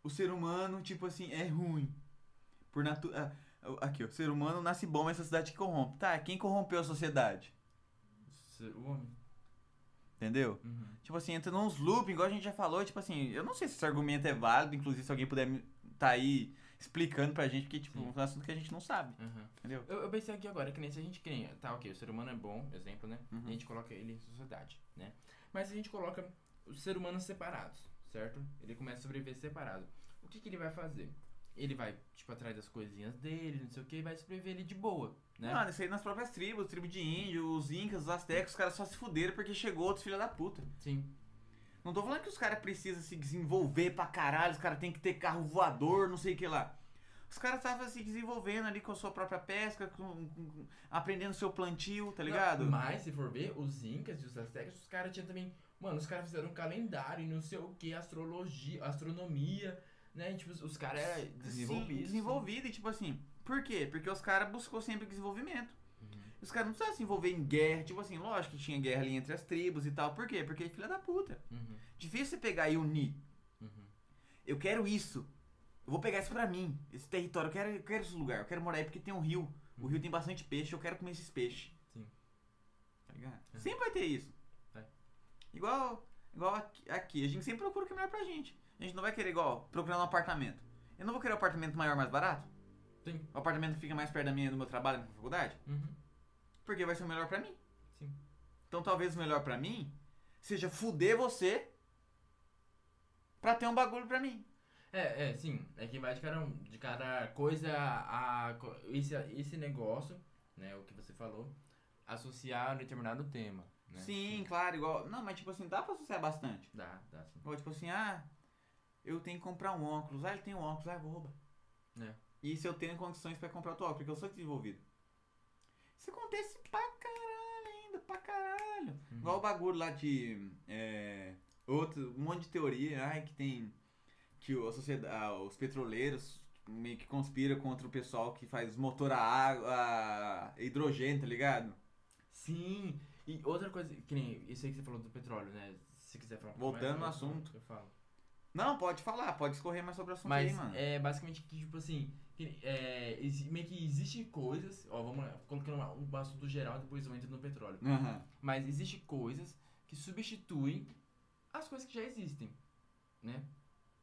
S1: o ser humano, tipo assim, é ruim. Por natu... ah, Aqui, ó, o ser humano nasce bom, mas a sociedade que corrompe. Tá, quem corrompeu a sociedade?
S2: Ser- O homem.
S1: Entendeu?
S2: Uhum.
S1: Tipo assim, entra nos looping, igual a gente já falou, tipo assim, eu não sei se esse argumento é válido, inclusive se alguém puder me- tá aí explicando pra gente, porque, tipo,
S2: Sim.
S1: é um assunto que a gente não sabe,
S2: Aham.
S1: entendeu?
S2: Uhum. Eu, eu pensei aqui agora, que nem se a gente cria. Tá, ok, o ser humano é bom, exemplo, né?
S1: Uhum.
S2: A gente coloca ele em sociedade, né? Mas se a gente coloca os seres humanos separados, certo? Ele começa a sobreviver separado. O que, que ele vai fazer? Ele vai, tipo, atrás das coisinhas dele, não sei o que, e vai sobreviver ele de boa, né?
S1: Mano, isso aí nas próprias tribos, tribo de índio, os incas, os astecas, os caras só se fuderam porque chegou outros filha da puta.
S2: Sim.
S1: Não tô falando que os caras precisam se desenvolver pra caralho, os caras têm que ter carro voador, não sei o que lá. Os caras estavam se desenvolvendo ali com a sua própria pesca, com, com- com- aprendendo seu plantio, tá ligado?
S2: Mas, se for ver, os incas e os aztecas, os caras tinham também... Mano, os caras fizeram um calendário e não sei o que, astrologia, astronomia, né? E, tipo, os, os caras eram desenvolvidos.
S1: Sim, É, desenvolvido e tipo assim, por quê? Porque os caras buscou sempre desenvolvimento.
S2: Uhum.
S1: Os caras não precisavam se envolver em guerra, tipo assim, lógico que tinha guerra ali entre as tribos e tal. Por quê? Porque é filha da puta.
S2: Uhum.
S1: Difícil você pegar e unir.
S2: Uhum.
S1: Eu quero isso. Eu vou pegar isso pra mim. Esse território. Eu quero, eu quero esse lugar. Eu quero morar aí porque tem um rio. O rio tem bastante peixe. Eu quero comer esses peixes.
S2: Sim.
S1: Tá ligado?
S2: É.
S1: Sempre vai ter isso.
S2: Vai.
S1: Igual, igual aqui, aqui. A gente sempre procura o que é melhor pra gente. A gente não vai querer, igual, procurar um apartamento. Eu não vou querer um apartamento maior, mais barato.
S2: Sim.
S1: O apartamento que fica mais perto da minha, do meu trabalho, da minha faculdade.
S2: Uhum.
S1: Porque vai ser o melhor pra mim.
S2: Sim.
S1: Então talvez o melhor pra mim seja fuder você pra ter um bagulho pra mim.
S2: É, é, sim. É que vai de cada, um- de cada coisa a, co- esse, esse negócio, né? O que você falou, associar a um determinado tema. Né?
S1: Sim, claro, igual. Não, mas tipo assim, dá pra associar bastante.
S2: Dá, dá sim.
S1: Igual, tipo assim, ah, eu tenho que comprar um óculos. Ah, ele tem um óculos, ah, eu vou roubar.
S2: É.
S1: E se eu tenho condições pra comprar outro óculos, porque eu sou desenvolvido. Isso acontece pra caralho ainda, pra caralho.
S2: Uhum.
S1: Igual o bagulho lá de. é, outro, um monte de teoria, ai, que tem. Que o- a sociedade, ah, os petroleiros meio que conspira contra o pessoal que faz motor a água, a hidrogênio, tá ligado?
S2: Sim. E outra coisa, que nem isso aí que você falou do petróleo, né? Se quiser falar um pouco
S1: Voltando
S2: mais,
S1: no
S2: eu-
S1: assunto.
S2: Eu falo.
S1: Não, pode falar, pode escorrer mais sobre o assunto
S2: Mas
S1: aí, mano.
S2: é basicamente que, tipo assim, que nem- é, exi- meio que existem coisas. Ó, vamos lá, colocando uma- um assunto geral, depois eu entro no petróleo.
S1: Aham.
S2: Mas existem coisas que substituem as coisas que já existem, né?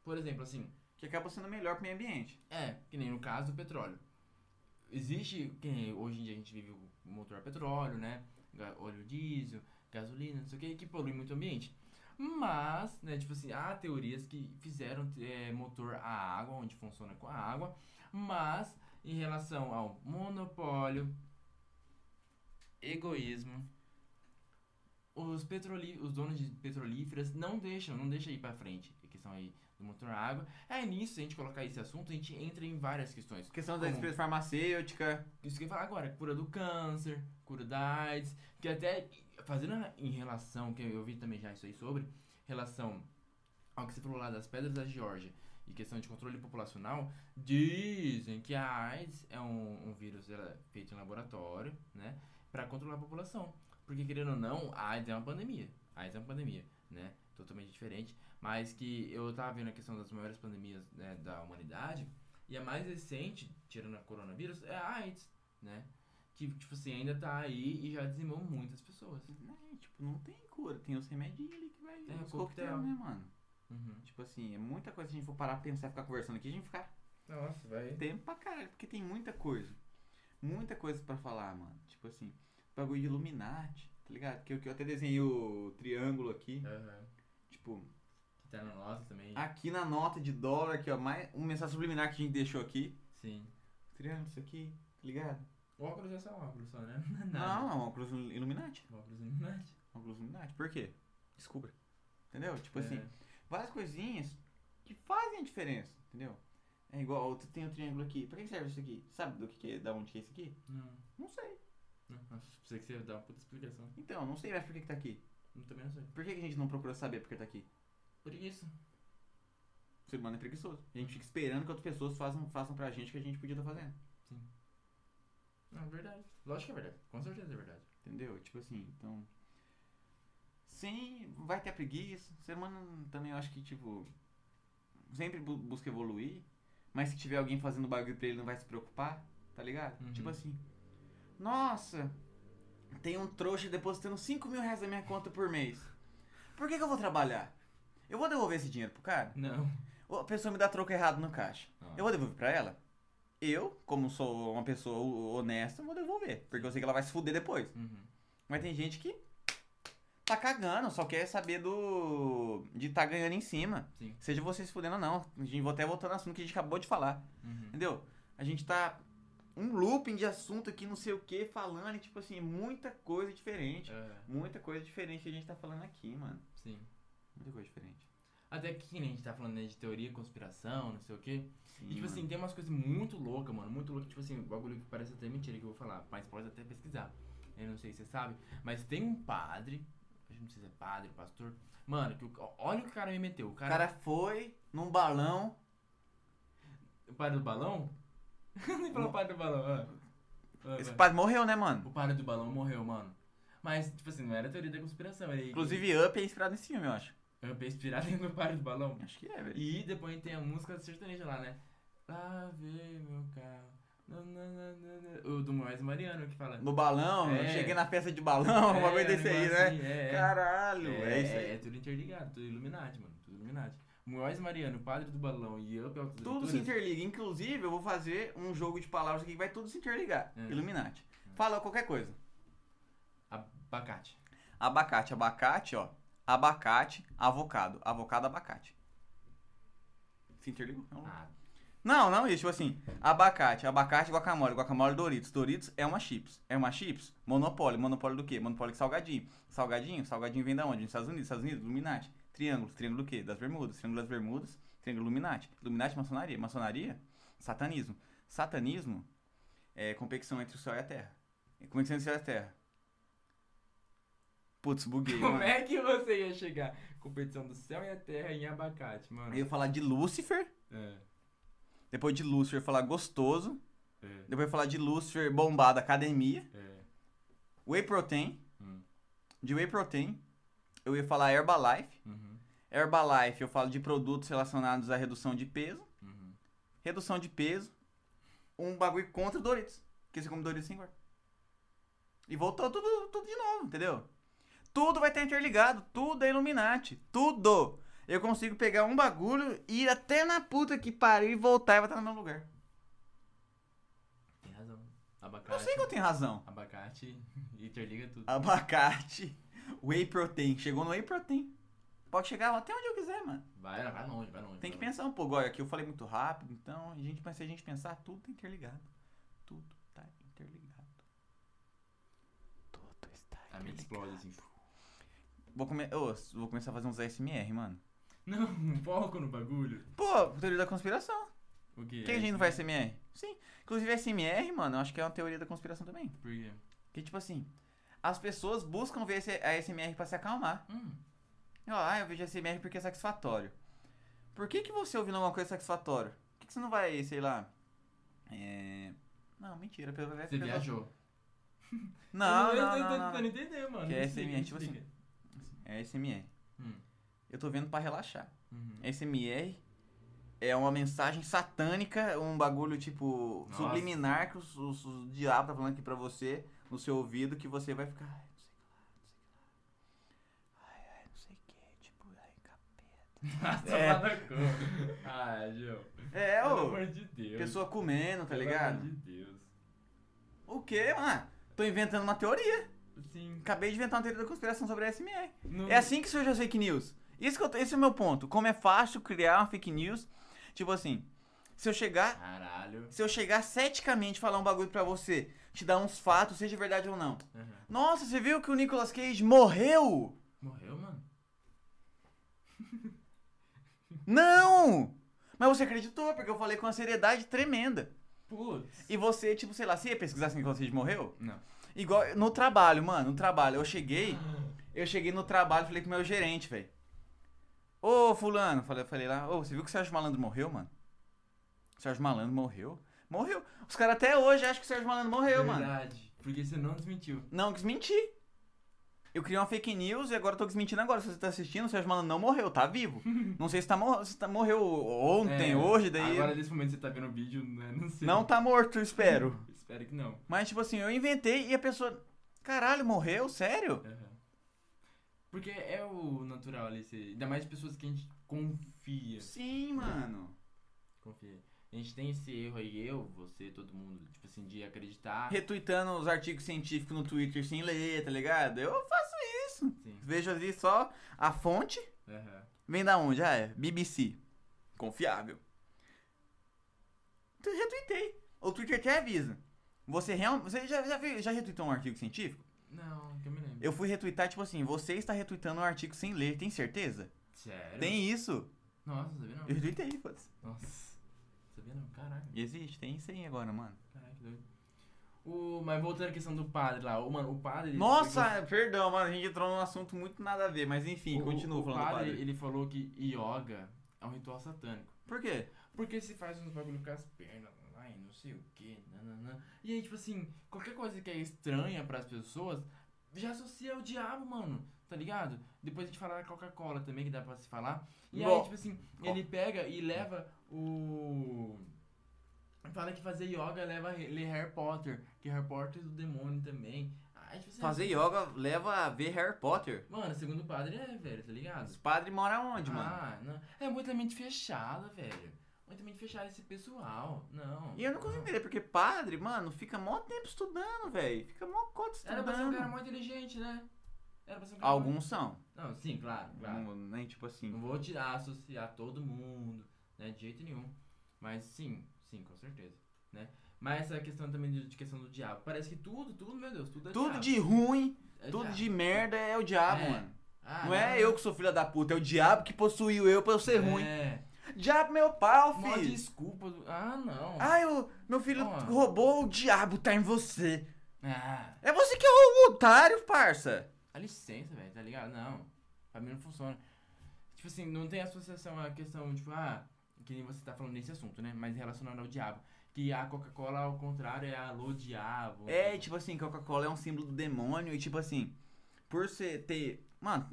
S2: Por exemplo, assim,
S1: que acaba sendo melhor pro meio ambiente.
S2: É, que nem no caso do petróleo. Existe, que nem hoje em dia a gente vive o motor a petróleo, né? Ga- Óleo diesel, gasolina, não sei o que, que polui muito o ambiente. Mas, né, tipo assim, há teorias que fizeram é, motor a água, onde funciona com a água, mas em relação ao monopólio, egoísmo, os, petroli, os donos de petrolíferas não deixam, não deixa ir pra frente a questão aí do motor a água. É nisso, se a gente colocar esse assunto, a gente entra em várias questões.
S1: Questão da
S2: Como?
S1: despesa farmacêutica.
S2: Isso que eu ia falar agora, cura do câncer, cura da AIDS, que até fazendo a- em relação, que eu vi também já isso aí sobre, relação ao que você falou lá das pedras da Geórgia e questão de controle populacional, dizem que a AIDS é um, um vírus ela, feito em laboratório, né, para controlar a população. Porque querendo ou não, a AIDS é uma pandemia. A AIDS é uma pandemia, né, totalmente diferente, mas que eu tava vendo a questão das maiores pandemias né, da humanidade, e a mais recente, tirando a coronavírus, é a AIDS, né? Que, tipo assim, ainda tá aí e já dizimou muitas pessoas.
S1: Né, tipo, não tem cura, tem os remedinhos ali que vai.
S2: Tem
S1: os
S2: o coquetel.
S1: coquetel, né, mano?
S2: Uhum.
S1: Tipo assim, é muita coisa que a gente for parar, pensar, ficar conversando aqui, a gente ficar
S2: Nossa, vai.
S1: tempo pra caralho, porque tem muita coisa. Muita coisa pra falar, mano. Tipo assim, bagulho de Illuminati, tá ligado? Que eu, que eu até desenhei o triângulo aqui.
S2: Aham.
S1: Tipo,
S2: Que tá na nossa também.
S1: aqui na nota de dólar, aqui, ó, mais um mensagem subliminar que a gente deixou aqui.
S2: Sim.
S1: Triângulo, isso aqui, tá ligado?
S2: O óculos é só um óculos só, [laughs] né?
S1: Não, é uma cruz Illuminati.
S2: O óculos é iluminante.
S1: Uma cruz Illuminati. Por quê? Descubra. Entendeu? Tipo assim,
S2: É.
S1: várias coisinhas que fazem a diferença, entendeu? É igual, ó, tu tem o triângulo aqui. Pra que serve isso aqui? Sabe do que, que é, da onde que é isso aqui?
S2: Não.
S1: Não sei.
S2: Não. Nossa, pensei que você ia dar uma puta explicação.
S1: Então, não sei mais por que, que tá aqui.
S2: Eu também não sei.
S1: Por que, que a gente não procura saber por que tá aqui?
S2: Por isso.
S1: O ser humano é preguiçoso. A gente fica esperando que outras pessoas façam, façam pra gente o que a gente podia estar fazendo.
S2: Não, é verdade. Lógico que é verdade. Com certeza é verdade.
S1: Entendeu? Tipo assim, então. Sim, vai ter a preguiça. O ser humano também eu acho que, tipo. Sempre bu- busca evoluir. Mas se tiver alguém fazendo bagulho pra ele, não vai se preocupar, tá ligado?
S2: Uhum.
S1: Tipo assim. Nossa, tem um trouxa depositando 5 mil reais na minha conta por mês. Por que, que eu vou trabalhar? Eu vou devolver esse dinheiro pro cara?
S2: Não.
S1: Ou a pessoa me dá troco errado no caixa? Eu vou devolver pra ela? Eu, como sou uma pessoa ho- honesta, vou devolver. Porque eu sei que ela vai se fuder depois.
S2: Uhum.
S1: Mas tem gente que tá cagando, só quer saber do. de tá ganhando em cima.
S2: Sim.
S1: Seja você se fudendo ou não. A gente vou até voltar no assunto que a gente acabou de falar.
S2: [laughs] Uhum.
S1: Entendeu? A gente tá um looping de assunto aqui, não sei o que, falando, e tipo assim, muita coisa diferente.
S2: É,
S1: Muita coisa diferente que a gente tá falando aqui, mano.
S2: sim.
S1: Muita coisa diferente.
S2: Até que, que nem a gente tá falando né, de teoria, conspiração, não sei o quê.
S1: Sim,
S2: E, tipo
S1: mano.
S2: assim, tem umas coisas muito loucas, mano. Muito louca, tipo assim, bagulho que parece até mentira que eu vou falar. Mas pode até pesquisar. Eu não sei se você sabe. Mas tem um padre, eu não sei se é padre, pastor. Mano, que o, olha o que o cara me meteu. O
S1: O
S2: cara,
S1: cara foi num balão.
S2: é O padre do balão? [laughs] Nem falou
S1: Não.
S2: padre do balão, mano.
S1: Esse padre morreu, né, mano?
S2: O padre do balão morreu, mano. Mas, tipo assim, não era teoria da conspiração. Ele,
S1: Inclusive, Up é inspirado nesse filme, eu acho.
S2: Eu pensei inspirado no padre do balão.
S1: Acho que é, velho.
S2: E depois tem a música sertaneja lá, né? Lavei meu carro. Na, na, na, na, na. O do Moisés Mariano que fala.
S1: No balão,
S2: É.
S1: eu cheguei na festa de balão, [laughs] uma coisa desse aí, né?
S2: É, é.
S1: Caralho,
S2: é,
S1: é, isso aí.
S2: é, é tudo interligado, tudo Illuminati, mano. Tudo Illuminati. Moisés Mariano, padre do balão e Up Altas
S1: Tudo se interliga. Inclusive, eu vou fazer um jogo de palavras aqui que vai tudo se interligar.
S2: É.
S1: Illuminati.
S2: É.
S1: Fala qualquer coisa.
S2: Abacate.
S1: Abacate, abacate, ó. Abacate, avocado. Avocado, abacate. Se interligou? É um-
S2: Ah,
S1: Não, não, isso. Tipo assim, abacate, abacate, guacamole, guacamole, Doritos. Doritos é uma chips. É uma chips? Monopólio. Monopólio do quê? Monopólio de salgadinho. Salgadinho? Salgadinho vem da onde? Nos Estados Unidos. Estados Unidos? Illuminati. Triângulo. Triângulo do quê? Das Bermudas. Triângulo das Bermudas. Triângulo Illuminati. Illuminati, maçonaria. Maçonaria? Satanismo. Satanismo é competição entre o céu e a terra. É competição entre o céu e a terra. Putz, buguei,
S2: como
S1: mano.
S2: é que você ia chegar? Competição do céu e a terra em abacate, mano.
S1: Eu ia falar de Lúcifer.
S2: É,
S1: Depois de Lúcifer, eu ia falar gostoso.
S2: é,
S1: Depois eu ia falar de Lúcifer bombado academia.
S2: é.
S1: Whey Protein.
S2: Hum.
S1: De Whey Protein, eu ia falar Herbalife.
S2: Uhum,
S1: Herbalife, eu falo de produtos relacionados à redução de peso.
S2: uhum.
S1: Redução de peso, um bagulho contra o Doritos. Porque você come Doritos sem engorda. E voltou tudo, tudo de novo, entendeu? Tudo vai estar interligado. Tudo é Illuminati. Tudo. Eu consigo pegar um bagulho, ir até na puta que pariu e voltar e vai estar no mesmo lugar.
S2: Tem razão.
S1: Eu
S2: Abacate.
S1: sei que eu tenho razão.
S2: Abacate [laughs] interliga tudo.
S1: Abacate, [laughs] whey protein. Chegou no whey protein. Pode chegar até onde eu quiser, mano.
S2: Vai, vai longe, vai longe.
S1: Tem que
S2: vai longe.
S1: pensar um pouco. Olha, aqui eu falei muito rápido, então a gente, mas se a gente pensar, tudo tá interligado. Tudo tá interligado. Tudo está
S2: A mente
S1: interligado.
S2: explode assim.
S1: Vou, come... Ô, vou começar a fazer uns ASMR, mano.
S2: Não, [laughs] um foco no bagulho.
S1: Pô, teoria da conspiração.
S2: O quê?
S1: Por que a gente não faz ASMR? Sim. Inclusive, ASMR, mano, eu acho que é uma teoria da conspiração também.
S2: Por quê?
S1: Que tipo assim, as pessoas buscam ver esse ASMR pra se acalmar.
S2: Hum,
S1: Ó, Ah, eu vejo ASMR porque é satisfatório. Por que, que você ouvindo alguma coisa satisfatório? Por que, que você não vai, sei lá. É. Não, mentira, pelo menos.
S2: você viajou.
S1: é Não,
S2: [laughs] Eu
S1: não,
S2: tô
S1: não, não,
S2: tentando
S1: não.
S2: entender, mano.
S1: Que
S2: Me
S1: é
S2: explica,
S1: SMR,
S2: me
S1: tipo assim.
S2: explica.
S1: É ASMR.
S2: Hum,
S1: Eu tô vendo pra relaxar.
S2: uhum.
S1: ASMR é uma mensagem satânica, um bagulho tipo.
S2: Nossa.
S1: subliminar que os, os, os diabos tá falando aqui pra você, no seu ouvido, que você vai ficar. Ai, não sei o que lá, não sei o que lá. Ai, ai, não sei o que. Tipo, ai, capeta.
S2: Nossa,
S1: É.
S2: Maracô. Ah, Gil.
S1: É,
S2: Pelo
S1: ô.
S2: amor de Deus.
S1: Pessoa comendo, tá
S2: Pelo
S1: ligado?
S2: amor de Deus.
S1: O quê, mano? Tô inventando uma teoria.
S2: Sim.
S1: Acabei de inventar uma teoria da conspiração sobre a SMR.
S2: não-
S1: É assim que surge as fake news. Isso que eu tô- esse é o meu ponto. Como é fácil criar uma fake news. Tipo assim, se eu chegar.
S2: Caralho.
S1: Se eu chegar ceticamente e falar um bagulho pra você, te dar uns fatos, seja verdade ou não.
S2: Aham.
S1: Nossa, você viu que o Nicolas Cage morreu?
S2: Morreu, mano?
S1: Não! Mas você acreditou, porque eu falei com uma seriedade tremenda.
S2: Putz.
S1: E você, tipo, sei lá, você ia pesquisar se o Nicolas Cage morreu?
S2: Não.
S1: Igual no trabalho, mano, no trabalho. Eu cheguei. Eu cheguei no trabalho, falei com o meu gerente, velho. Ô, fulano, falei, falei lá, ô, você viu que o Sérgio Malandro morreu, mano? O Sérgio Malandro morreu? Morreu. Os caras até hoje acham que o Sérgio Malandro morreu, mano.
S2: Verdade. Porque você não desmentiu.
S1: Não, eu desmenti. Eu criei uma fake news e agora eu tô desmentindo agora. Se você tá assistindo, o Sérgio Malandro não morreu, tá
S2: [laughs]
S1: vivo. Não sei se, tá mor- se tá- morreu ontem,
S2: É,
S1: hoje, daí...
S2: Agora, nesse momento, você tá vendo o vídeo, né? Não sei.
S1: Não tá morto, eu espero.
S2: Espero que não.
S1: Mas, tipo assim, eu inventei e a pessoa... Caralho, morreu? Sério?
S2: Aham. Porque é o natural ali, você... ainda mais pessoas que a gente confia.
S1: Sim, mano.
S2: Confia. A gente tem esse erro aí, eu, você, todo mundo, tipo assim, de acreditar.
S1: retweetando os artigos científicos no Twitter sem ler, tá ligado? Eu faço isso.
S2: Sim.
S1: Vejo ali só a fonte.
S2: Aham.
S1: Vem da onde? Ah, é BBC. Confiável. Tu retweetei. O Twitter até avisa. Você realmente. Você já, já, viu- já retweetou um artigo científico?
S2: Não, que eu me lembro.
S1: Eu fui retweetar, tipo assim, você está retweetando um artigo sem ler, tem certeza?
S2: Sério?
S1: Tem isso?
S2: Nossa, sabia não?
S1: Eu retweetei, foda-se.
S2: Nossa. Sabia não? Caralho.
S1: Existe, tem isso aí agora, mano.
S2: Caralho, que doido. O... Mas voltando à questão do padre lá. O, mano, o padre... ele pegou-
S1: Nossa, perdão, mano, a gente entrou num assunto muito nada a ver, mas enfim,
S2: o-
S1: continua
S2: o
S1: falando do padre.
S2: ele falou que yoga é um ritual satânico.
S1: Por quê?
S2: Porque se faz uns bagulho com as pernas lá e não sei o que, nananã. E aí, tipo assim, qualquer coisa que é estranha pras pessoas, já associa ao diabo, mano. Tá ligado? Depois a gente fala da Coca-Cola também, que dá pra se falar. E aí,
S1: Bom.
S2: tipo assim, ele pega e leva o. Fala que fazer yoga leva a ler Harry Potter, que Harry Potter é do demônio também. Aí, tipo assim,
S1: Fazer yoga leva a ver Harry Potter.
S2: Mano, segundo o padre é, velho, tá ligado?
S1: Os padres moram onde, mano?
S2: Ah, não. É muita mente fechada, velho. Muita mente fechada esse pessoal. Não.
S1: E eu não consigo entender, porque padre, mano, fica mó tempo estudando, velho. Fica mó cota
S2: Era pra ser um cara
S1: estudando.
S2: muito inteligente, né? Era pra ser um cara.
S1: Alguns são.
S2: muito- Não, sim, claro, claro.
S1: Não, nem tipo
S2: Não
S1: assim.
S2: vou tirar, associar todo mundo, né? De jeito nenhum. Mas sim, sim, com certeza. Né? Mas essa questão também de, de questão do diabo. Parece que tudo, tudo, meu Deus, tudo é
S1: Tudo
S2: diabo.
S1: de ruim,
S2: É
S1: tudo
S2: diabo.
S1: de merda é o diabo,
S2: É.
S1: mano.
S2: Ah,
S1: Não é eu que sou filha da puta, é o diabo que possuiu eu pra eu ser ruim.
S2: É.
S1: Diabo meu pau,
S2: Mó
S1: filho.
S2: desculpa. do- Ah, não.
S1: Ai, o meu filho
S2: Ó.
S1: roubou, o diabo tá em você.
S2: Ah.
S1: É você que é o otário, parça.
S2: Dá licença, velho, tá ligado? Não. Pra mim não funciona. Tipo assim, não tem associação à questão, tipo, ah, que nem você tá falando nesse assunto, né? Mas relacionado ao diabo. Que a Coca-Cola, ao contrário, é alô diabo.
S1: É, tipo assim, Coca-Cola é um símbolo do demônio e tipo assim, por você ter. Mano,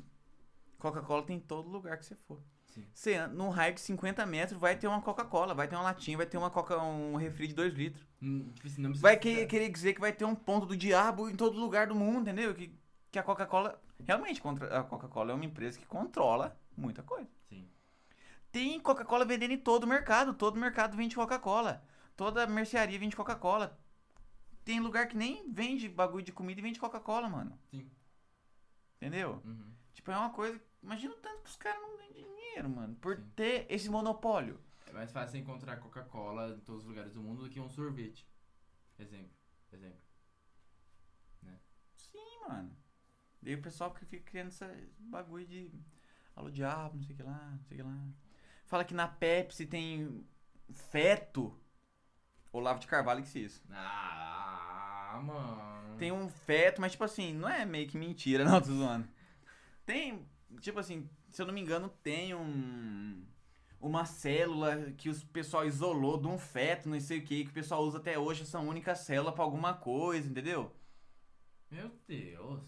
S1: Coca-Cola tem em todo lugar que você for.
S2: Sim.
S1: Você anda num raio de 50 metros, vai ter uma Coca-Cola, vai ter uma latinha, vai ter uma Coca, um refri de 2 litros.
S2: Hum, Tipo assim, não precisa.
S1: Vai que- querer dizer que vai ter um ponto do diabo em todo lugar do mundo, entendeu? Que que a Coca-Cola. Realmente, contra- a Coca-Cola é uma empresa que controla muita coisa.
S2: Sim.
S1: Tem Coca-Cola vendendo em todo mercado. Todo mercado vende Coca-Cola. Toda mercearia vende Coca-Cola. Tem lugar que nem vende bagulho de comida e vende Coca-Cola, mano.
S2: Sim.
S1: Entendeu?
S2: Uhum.
S1: Tipo, é uma coisa. Imagina o tanto que os caras não ganham dinheiro, mano. Por
S2: Sim.
S1: ter esse monopólio.
S2: É mais fácil encontrar Coca-Cola em todos os lugares do mundo do que um sorvete. Exemplo. Exemplo.
S1: Sim, mano. Daí o pessoal que fica criando essa- esse bagulho de. Alô, diabo, não sei o que lá, não sei o que lá. Fala que na Pepsi tem feto. Olavo de Carvalho que isso.
S2: Ah, mano.
S1: Tem um feto, mas tipo assim, não é meio que mentira, [laughs] não, tô zoando. Tem, tipo assim, se eu não me engano, tem um. Uma célula que o pessoal isolou de um feto, não sei o que, que o pessoal usa até hoje essa única célula pra alguma coisa, entendeu?
S2: Meu Deus.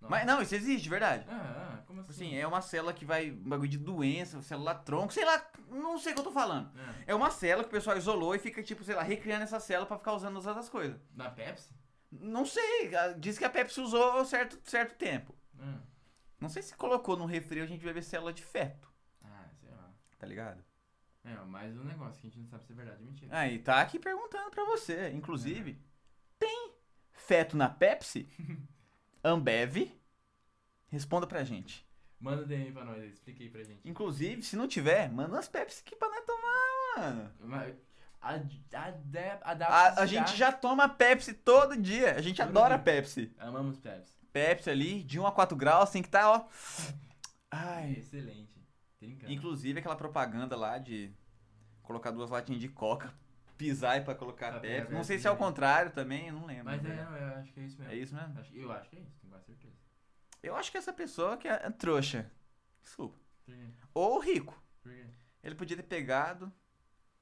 S2: Nossa.
S1: Mas não, isso existe, de verdade.
S2: Ah, ah, como assim?
S1: Assim, é uma célula que vai. um bagulho de doença, célula tronco, sei lá, não sei o que eu tô falando.
S2: Ah,
S1: É uma célula que o pessoal isolou e fica, tipo, sei lá, recriando essa célula pra ficar usando as outras coisas.
S2: da Pepsi?
S1: Não sei, a- diz que a Pepsi usou certo, certo tempo.
S2: Ah.
S1: Não sei se colocou no refri a gente vai ver célula de feto,
S2: Ah, sei lá.
S1: tá ligado?
S2: É, mais um negócio que a gente não sabe se é verdade ou mentira.
S1: Aí tá aqui perguntando pra você, inclusive, tem feto na Pepsi? Ambev? Responda pra gente.
S2: Manda DM pra nós aí, explica aí pra gente.
S1: Inclusive, se não tiver, manda umas Pepsi aqui pra nós tomar, mano.
S2: Mas, A, a, de- a, da-
S1: A, a gente já toma Pepsi todo dia. A gente
S2: Todo
S1: adora
S2: dia.
S1: Pepsi.
S2: Amamos Pepsi.
S1: Pepsi ali, de 1 a 4 graus, tem que estar, ó. Ai.
S2: Excelente. Trincando.
S1: Inclusive aquela propaganda lá de colocar duas latinhas de coca, [laughs] pisar e pra colocar
S2: Tá bem
S1: Pepsi. Não sei
S2: abertinho,
S1: se é o
S2: né?
S1: contrário também, eu não lembro.
S2: Mas
S1: na
S2: é,
S1: verdade.
S2: não, eu acho que é isso mesmo.
S1: é isso mesmo?
S2: Acho- eu acho que é isso, tenho quase certeza.
S1: Eu acho que essa pessoa que é, é trouxa. Desculpa.
S2: Por quê?
S1: Ou rico.
S2: Por quê?
S1: Ele podia ter pegado,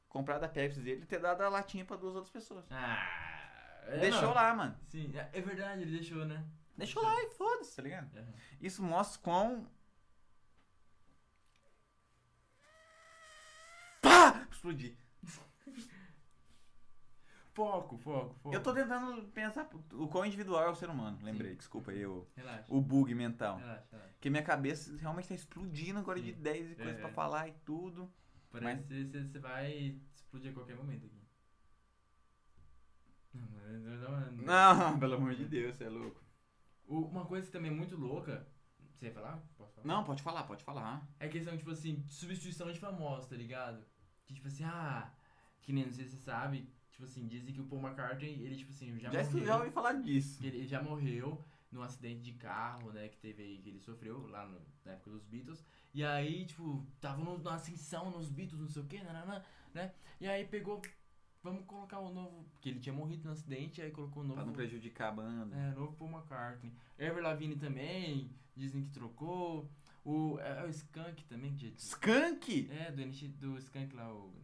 S1: comprado a Pepsi dele e ter dado a latinha pra duas outras pessoas.
S2: Ah, é,
S1: Deixou
S2: não.
S1: lá, mano.
S2: Sim, é é verdade, ele deixou, né? É.
S1: Deixou lá e foda-se, tá ligado?
S2: Aham.
S1: Isso mostra quão. Pá! Explodi.
S2: Foco, foco, foco.
S1: Eu tô tentando pensar o quão individual é o ser humano. Lembrei, desculpa aí o,
S2: Relaxa,
S1: o bug mental.
S2: relaxa, relaxa.
S1: Porque minha cabeça realmente tá explodindo agora de
S2: Sim.
S1: ideias e coisas
S2: É,
S1: pra
S2: é.
S1: falar e tudo.
S2: Parece que você- você vai explodir a qualquer momento aqui. Não, não, não, não.
S1: Não, [laughs] pelo amor de Deus, você é louco.
S2: O- Uma coisa que também é muito louca. Você ia falar? Posso falar?
S1: Não, pode falar, pode falar.
S2: É questão, tipo assim, de substituição de famosos, tá ligado? Que, tipo assim, ah, que nem, não sei se você sabe, tipo assim, dizem que o Paul McCartney, ele, tipo assim, já,
S1: Já, né?
S2: morreu.
S1: já ouvi falar disso.
S2: Ele, ele já morreu num acidente de carro, né, que teve aí, que ele sofreu lá no- na época dos Beatles. E aí, tipo, tava no, na ascensão nos Beatles, não sei o que, nananã, né? E aí pegou, vamos colocar o novo, porque ele tinha morrido no acidente, aí colocou o novo...
S1: Pra não prejudicar a banda.
S2: É, novo Paul McCartney. Ever Lavigne também, dizem que trocou. O, é, é o Skunk também, que já-
S1: Skunk!
S2: é, do, NX, do Skunk lá, o...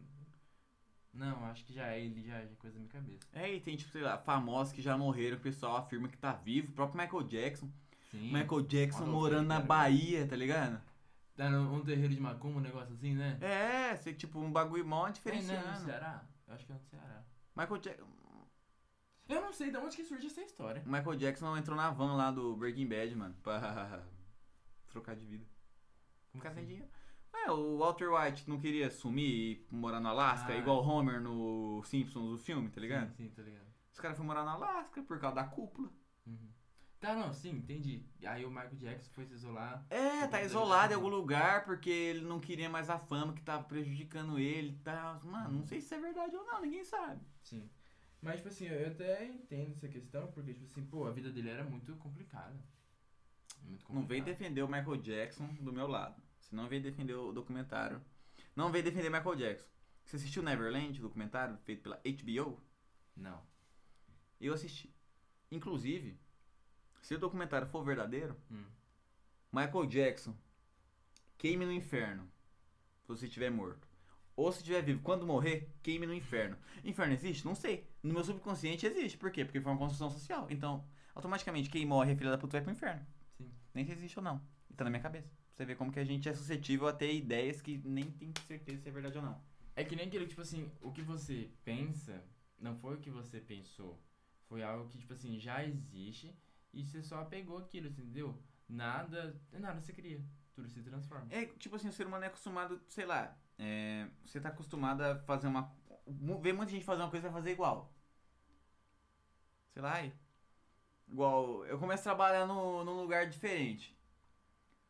S2: Não, acho que já é ele, já, já é coisa da minha cabeça.
S1: É, e tem, tipo, sei lá, famosos que já morreram, que o pessoal afirma que tá vivo. O próprio Michael Jackson.
S2: Sim.
S1: Michael Jackson
S2: Adolfo
S1: morando na
S2: Hitler.
S1: Bahia, tá ligado?
S2: Tá num um terreiro de macumba, um negócio assim, né?
S1: É, ser tipo um bagulho mó
S2: É, né? No
S1: diferenciando.
S2: Ceará? Eu acho que é no Ceará.
S1: Michael, Jack-
S2: Eu não sei de onde que surge essa história.
S1: Michael Jackson entrou na van lá do Breaking Bad, mano, pra [laughs] trocar de vida.
S2: Como
S1: Ficar sem
S2: assim?
S1: dinheiro. É, o Walter White não queria sumir e morar no Alasca,
S2: Ah.
S1: igual Homer no Simpsons, o filme, tá ligado?
S2: Sim, sim, tá ligado.
S1: Os caras foram morar no Alasca por causa da cúpula.
S2: Uhum. Tá, não, sim, entendi. Aí o Michael Jackson foi se isolar.
S1: É,
S2: Por
S1: tá
S2: conta
S1: isolado em
S2: disso.
S1: algum lugar porque ele não queria mais a fama que tava prejudicando ele e tal. Mano, não sei se isso é verdade ou não, ninguém sabe.
S2: Sim. Mas, tipo assim, eu até entendo essa questão, porque, tipo assim, pô, a vida dele era muito complicada. Muito complicada.
S1: Não vem defender o Michael Jackson do meu lado. Você não vem defender o documentário. Não vem defender Michael Jackson. Você assistiu Neverland, o documentário feito pela HBO?
S2: Não.
S1: Eu assisti. Inclusive, se o documentário for verdadeiro,
S2: Hum.
S1: Michael Jackson queime no inferno. Se você estiver morto. Ou se estiver vivo, quando morrer, queime no inferno. Inferno existe? Não sei. No meu subconsciente existe. Por quê? Porque foi uma construção social. Então, automaticamente, quem morre, filha da puta, vai pro inferno.
S2: Sim.
S1: Nem se existe ou não. E tá na minha cabeça. Pra você ver como que a gente é suscetível a ter ideias que nem tem certeza se é verdade ou não.
S2: É que nem aquele, tipo assim, o que você pensa não foi o que você pensou. Foi algo que, tipo assim, já existe. E você só pegou aquilo, entendeu? Nada, nada você cria. Tudo se transforma.
S1: É, tipo assim, o ser humano é acostumado, sei lá, é, você tá acostumado a fazer uma. mu- Ver muita gente fazer uma coisa e vai fazer igual. Sei lá, ai, igual. Eu começo a trabalhar no, num lugar diferente.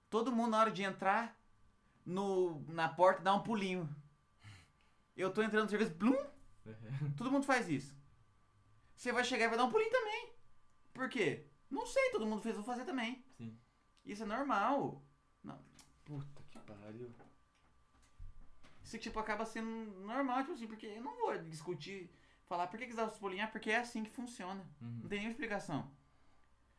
S1: Todo mundo, na hora de entrar no, na porta, dá um pulinho. Eu tô entrando no serviço, blum, todo mundo faz isso. Você vai chegar e vai dar um pulinho também. Por quê? Não sei, todo mundo fez, vou fazer também.
S2: Sim.
S1: Isso é normal. Não. Puta que pariu. Isso tipo acaba sendo normal, tipo assim, porque eu não vou discutir, falar por que que você dá os pulinhos, Ah, porque é assim que funciona.
S2: Uhum.
S1: Não tem nenhuma explicação.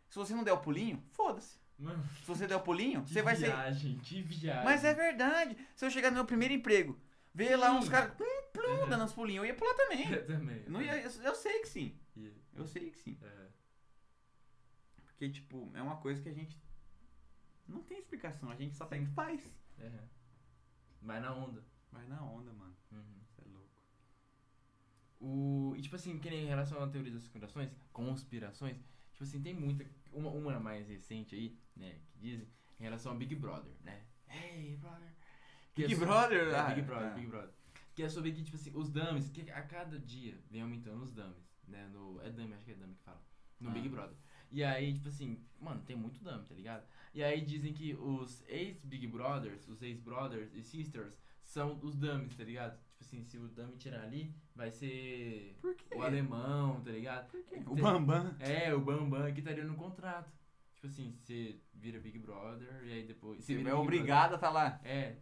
S1: Se você não der o pulinho, foda-se.
S2: Mano,
S1: Se você der o pulinho,
S2: que
S1: você vai ser.
S2: viagem, que viagem.
S1: Mas é verdade. Se eu chegar no meu primeiro emprego, ver lá
S2: Sim.
S1: uns caras hum, plum,
S2: Uhum.
S1: dando os pulinhos, eu ia pular [laughs] também.
S2: [laughs] Eu também.
S1: Não ia, eu, eu sei que sim.
S2: ia.
S1: Eu sei que sim.
S2: É.
S1: Porque, tipo, é uma coisa que a gente não tem explicação, a gente só tá pega e faz.
S2: É. Vai na onda.
S1: Mas na onda, mano.
S2: Uhum.
S1: Você é louco.
S2: O, e tipo assim, que nem em relação à teoria das conspirações, conspirações, tipo assim, tem muita. Uma, uma mais recente aí, né, que dizem, em relação ao Big Brother, né? Hey, brother! Que
S1: Big
S2: é so-
S1: Brother?
S2: É,
S1: Ah,
S2: Big Brother,
S1: tá.
S2: Big Brother. Que é sobre que, tipo assim, os dames, que a cada dia vem aumentando os dames, né? No, é dame, acho que é dame que fala. No
S1: Ah.
S2: Big Brother. E aí, tipo assim, mano, tem muito dame, tá ligado? E aí dizem que os ex-Big Brothers, os ex-brothers e sisters são os dummies, tá ligado? Tipo assim, se o dummy tirar ali, vai ser
S1: Por quê?
S2: o alemão, tá ligado?
S1: Por quê?
S2: Tem-
S1: O Bambam.
S2: É, o Bambam que estaria no contrato. Tipo assim, você vira Big Brother e aí depois.
S1: Você
S2: vira
S1: é
S2: Big
S1: obrigado a tá lá.
S2: Brother. É.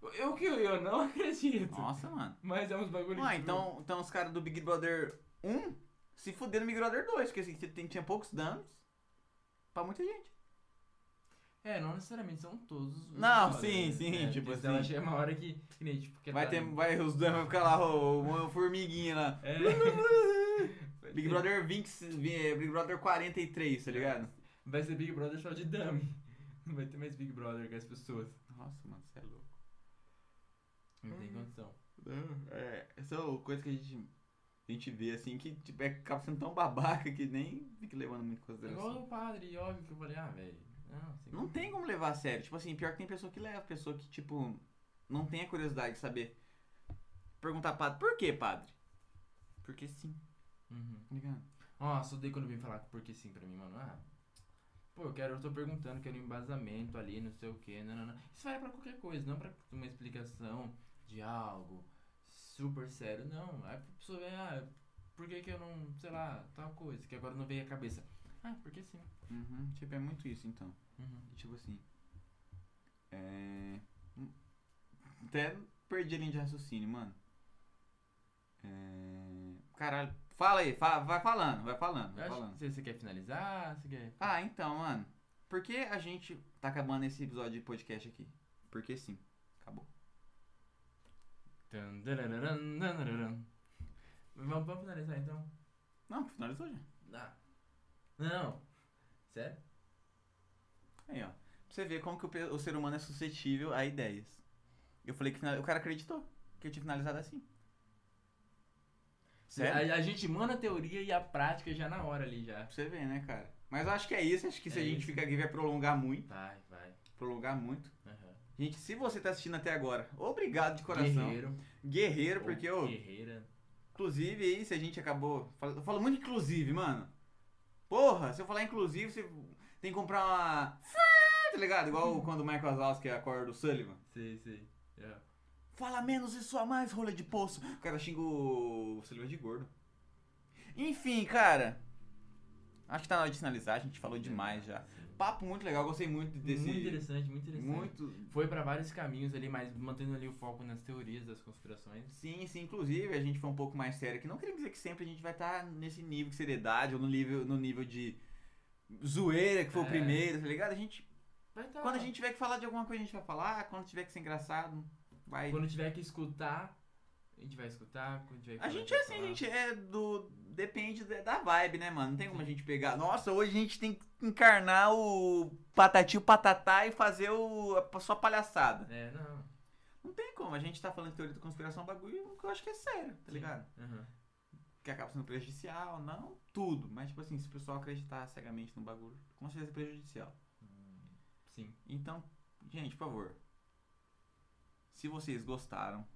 S2: Eu- Eu que eu, eu não [laughs] acredito.
S1: Nossa, mano.
S2: Mas é uns bagulho
S1: Ah,
S2: que-
S1: então, então os caras do Big Brother 1 se fuderam no Big Brother 2, porque assim, tem, tinha poucos danos pra muita gente.
S2: É, não necessariamente são todos os.
S1: Não,
S2: Big
S1: sim,
S2: Brothers,
S1: sim,
S2: né?
S1: tipo
S2: Porque senão
S1: assim.
S2: chega uma hora que. que nem, tipo, que
S1: Vai
S2: tá-
S1: ter. Vai, os danos vão ficar lá, o, o, o formiguinha lá. [laughs]
S2: É.
S1: Big Brother 20, eh, Big Brother 43, tá ligado?
S2: Vai ser Big Brother só de dummy. [laughs] Não vai ter mais Big Brother com as pessoas.
S1: Nossa, mano, você é louco.
S2: Não tem
S1: Hum.
S2: condição.
S1: Não, É, essa é uma coisa que a gente, a gente vê assim, que tipo, é, acaba sendo tão babaca que nem fica levando muito em
S2: É
S1: consideração.
S2: Igual o padre, óbvio que eu falei, ah, velho. Não, sei
S1: Não
S2: como.
S1: tem como levar a sério. Tipo assim, pior que tem pessoa que leva, pessoa que, tipo, não tem a curiosidade de saber. Perguntar padre, por que padre? Porque sim,
S2: Uhum.
S1: tá ligado?
S2: Nossa, odeio quando vem falar porque sim pra mim, mano. Ah, pô, eu quero, eu tô perguntando, quero um embasamento ali, não sei o que, não, não, não. Isso vale pra qualquer coisa, não pra uma explicação de algo super sério, não. Aí a pessoa vem, ah, por que que eu não, sei lá, tal coisa, que agora não veio a cabeça. Ah, porque sim.
S1: Uhum, tipo, é muito isso então.
S2: Uhum.
S1: E, tipo assim. É. hum, Até perdi a linha de raciocínio, mano. É. Caralho. Fala aí, fa- vai falando, vai falando,
S2: Eu
S1: vai
S2: acho
S1: Tá falando.
S2: que você, você quer finalizar, você quer...
S1: Ah, então, mano. Por que a gente tá acabando esse episódio de podcast aqui? Porque sim. Acabou.
S2: Tan, darararan, darararan. Vamos, vamos finalizar então.
S1: Não, finalizou já.
S2: Ah. Não. Sério?
S1: Aí, ó. Pra você ver como que o, pe- o ser humano é suscetível a ideias. Eu falei que final- o cara acreditou que eu tinha finalizado assim. Sério?
S2: A, a gente manda a teoria e a prática já na hora ali já.
S1: Pra você ver, né, cara? Mas eu acho que é isso. Acho que se
S2: É
S1: a gente
S2: isso.
S1: ficar aqui vai prolongar muito.
S2: Vai, vai.
S1: Prolongar muito.
S2: Aham.
S1: Gente, se você tá assistindo até agora, obrigado de coração. Guerreiro,
S2: Guerreiro. ou
S1: porque, ô,
S2: Guerreira.
S1: inclusive aí, se a gente acabou. fal- Eu falo muito inclusive, mano. Porra, se eu falar inclusive, você tem que comprar uma. Tá ligado? Igual
S2: Uhum.
S1: quando o Michael Wazowski acorda o Sullivan.
S2: Sei, sei. É.
S1: Fala menos e sua mais, rolha de poço. O cara xinga o Sullivan de gordo. Enfim, cara. Acho que tá na hora de sinalizar, a gente falou demais já. Papo muito legal, gostei muito desse.
S2: Muito interessante, muito interessante.
S1: Muito.
S2: Foi pra vários caminhos ali, mas mantendo ali o foco nas teorias das conspirações.
S1: Sim, sim. Inclusive, a gente foi um pouco mais sério aqui. Não queria dizer que sempre a gente vai estar nesse nível de seriedade ou no nível, no nível de zoeira que foi o
S2: É.
S1: primeiro, tá ligado? A gente,
S2: Vai tá.
S1: quando a gente tiver que falar de alguma coisa, a gente vai falar. Quando tiver que ser engraçado, vai.
S2: Quando tiver que escutar, a gente vai escutar. Quando tiver
S1: A
S2: que falar,
S1: gente é
S2: vai
S1: assim, a
S2: falar.
S1: gente é do. Depende da- da vibe, né, mano? Não tem como a gente pegar. Nossa, hoje a gente tem que encarnar o patati o patatá e fazer o, a sua palhaçada.
S2: É, não.
S1: um Não tem como. A gente tá falando de teoria da conspiração, bagulho que eu acho que é sério, tá
S2: Sim.
S1: ligado?
S2: Aham.
S1: que acaba sendo prejudicial, não tudo, mas tipo assim, se o pessoal acreditar cegamente no bagulho, com certeza é prejudicial.
S2: Sim.
S1: Então, gente, por favor, se vocês gostaram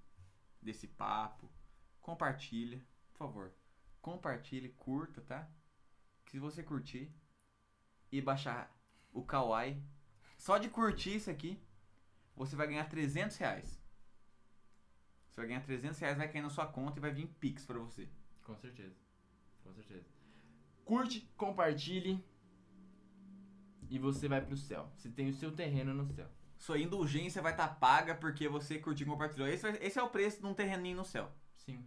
S1: desse papo, compartilha, por favor. Compartilhe, curta, tá? Que se você curtir e baixar o Kawaii, só de curtir isso aqui, você vai ganhar 300 reais. Você vai ganhar 300 reais, vai cair na sua conta e vai vir Pix pra você.
S2: Com certeza. Com certeza. Curte, compartilhe. E você vai pro céu. Você tem o seu terreno no céu.
S1: Sua indulgência vai estar paga porque você curtiu e compartilhou. Esse, vai- esse é o preço de um terreninho no céu.
S2: Sim.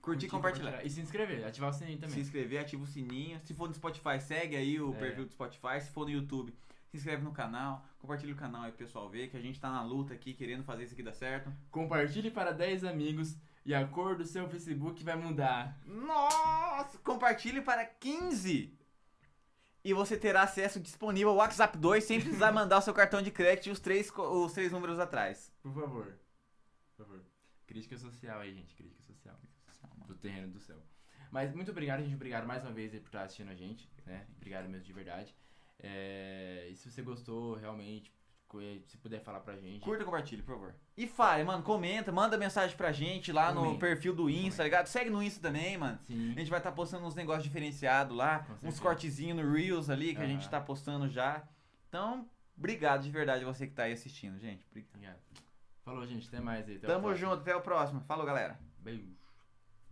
S1: Curtir e compartilhar.
S2: E se inscrever, ativar o sininho também.
S1: Se inscrever, ativa o sininho. Se for no Spotify, segue aí o
S2: É.
S1: perfil do Spotify. Se for no YouTube, se inscreve no canal. Compartilha o canal aí pro pessoal ver que a gente tá na luta aqui, querendo fazer isso aqui dar certo.
S2: Compartilhe para 10 amigos e a cor do seu Facebook vai mudar.
S1: Nossa! Compartilhe para 15! E você terá acesso disponível ao WhatsApp 2 sem [laughs] precisar mandar o seu cartão de crédito e os três, co- os três números atrás.
S2: Por favor. Por favor. Crítica social aí, gente. Crítica social. Do terreno do céu. Mas muito obrigado, gente. Obrigado mais uma vez aí por estar assistindo a gente, né? Obrigado mesmo de verdade. É, E se você gostou, realmente, co- se puder falar pra gente.
S1: Curta e compartilhe, por favor. E fale, mano, comenta, manda mensagem pra gente lá no
S2: Comenta.
S1: perfil do Insta,
S2: Comenta.
S1: tá ligado? Segue no Insta também, mano.
S2: Sim.
S1: A gente vai estar postando uns negócios diferenciados lá,
S2: Com
S1: uns
S2: certeza.
S1: cortezinhos no Reels ali que a
S2: Aham.
S1: gente tá postando já. Então, obrigado de verdade você que tá aí assistindo, gente. Obrigado.
S2: Obrigado. Falou, gente. Até mais aí. Até o
S1: Tamo
S2: próximo.
S1: junto, até o próximo. Falou, galera.
S2: Beijos.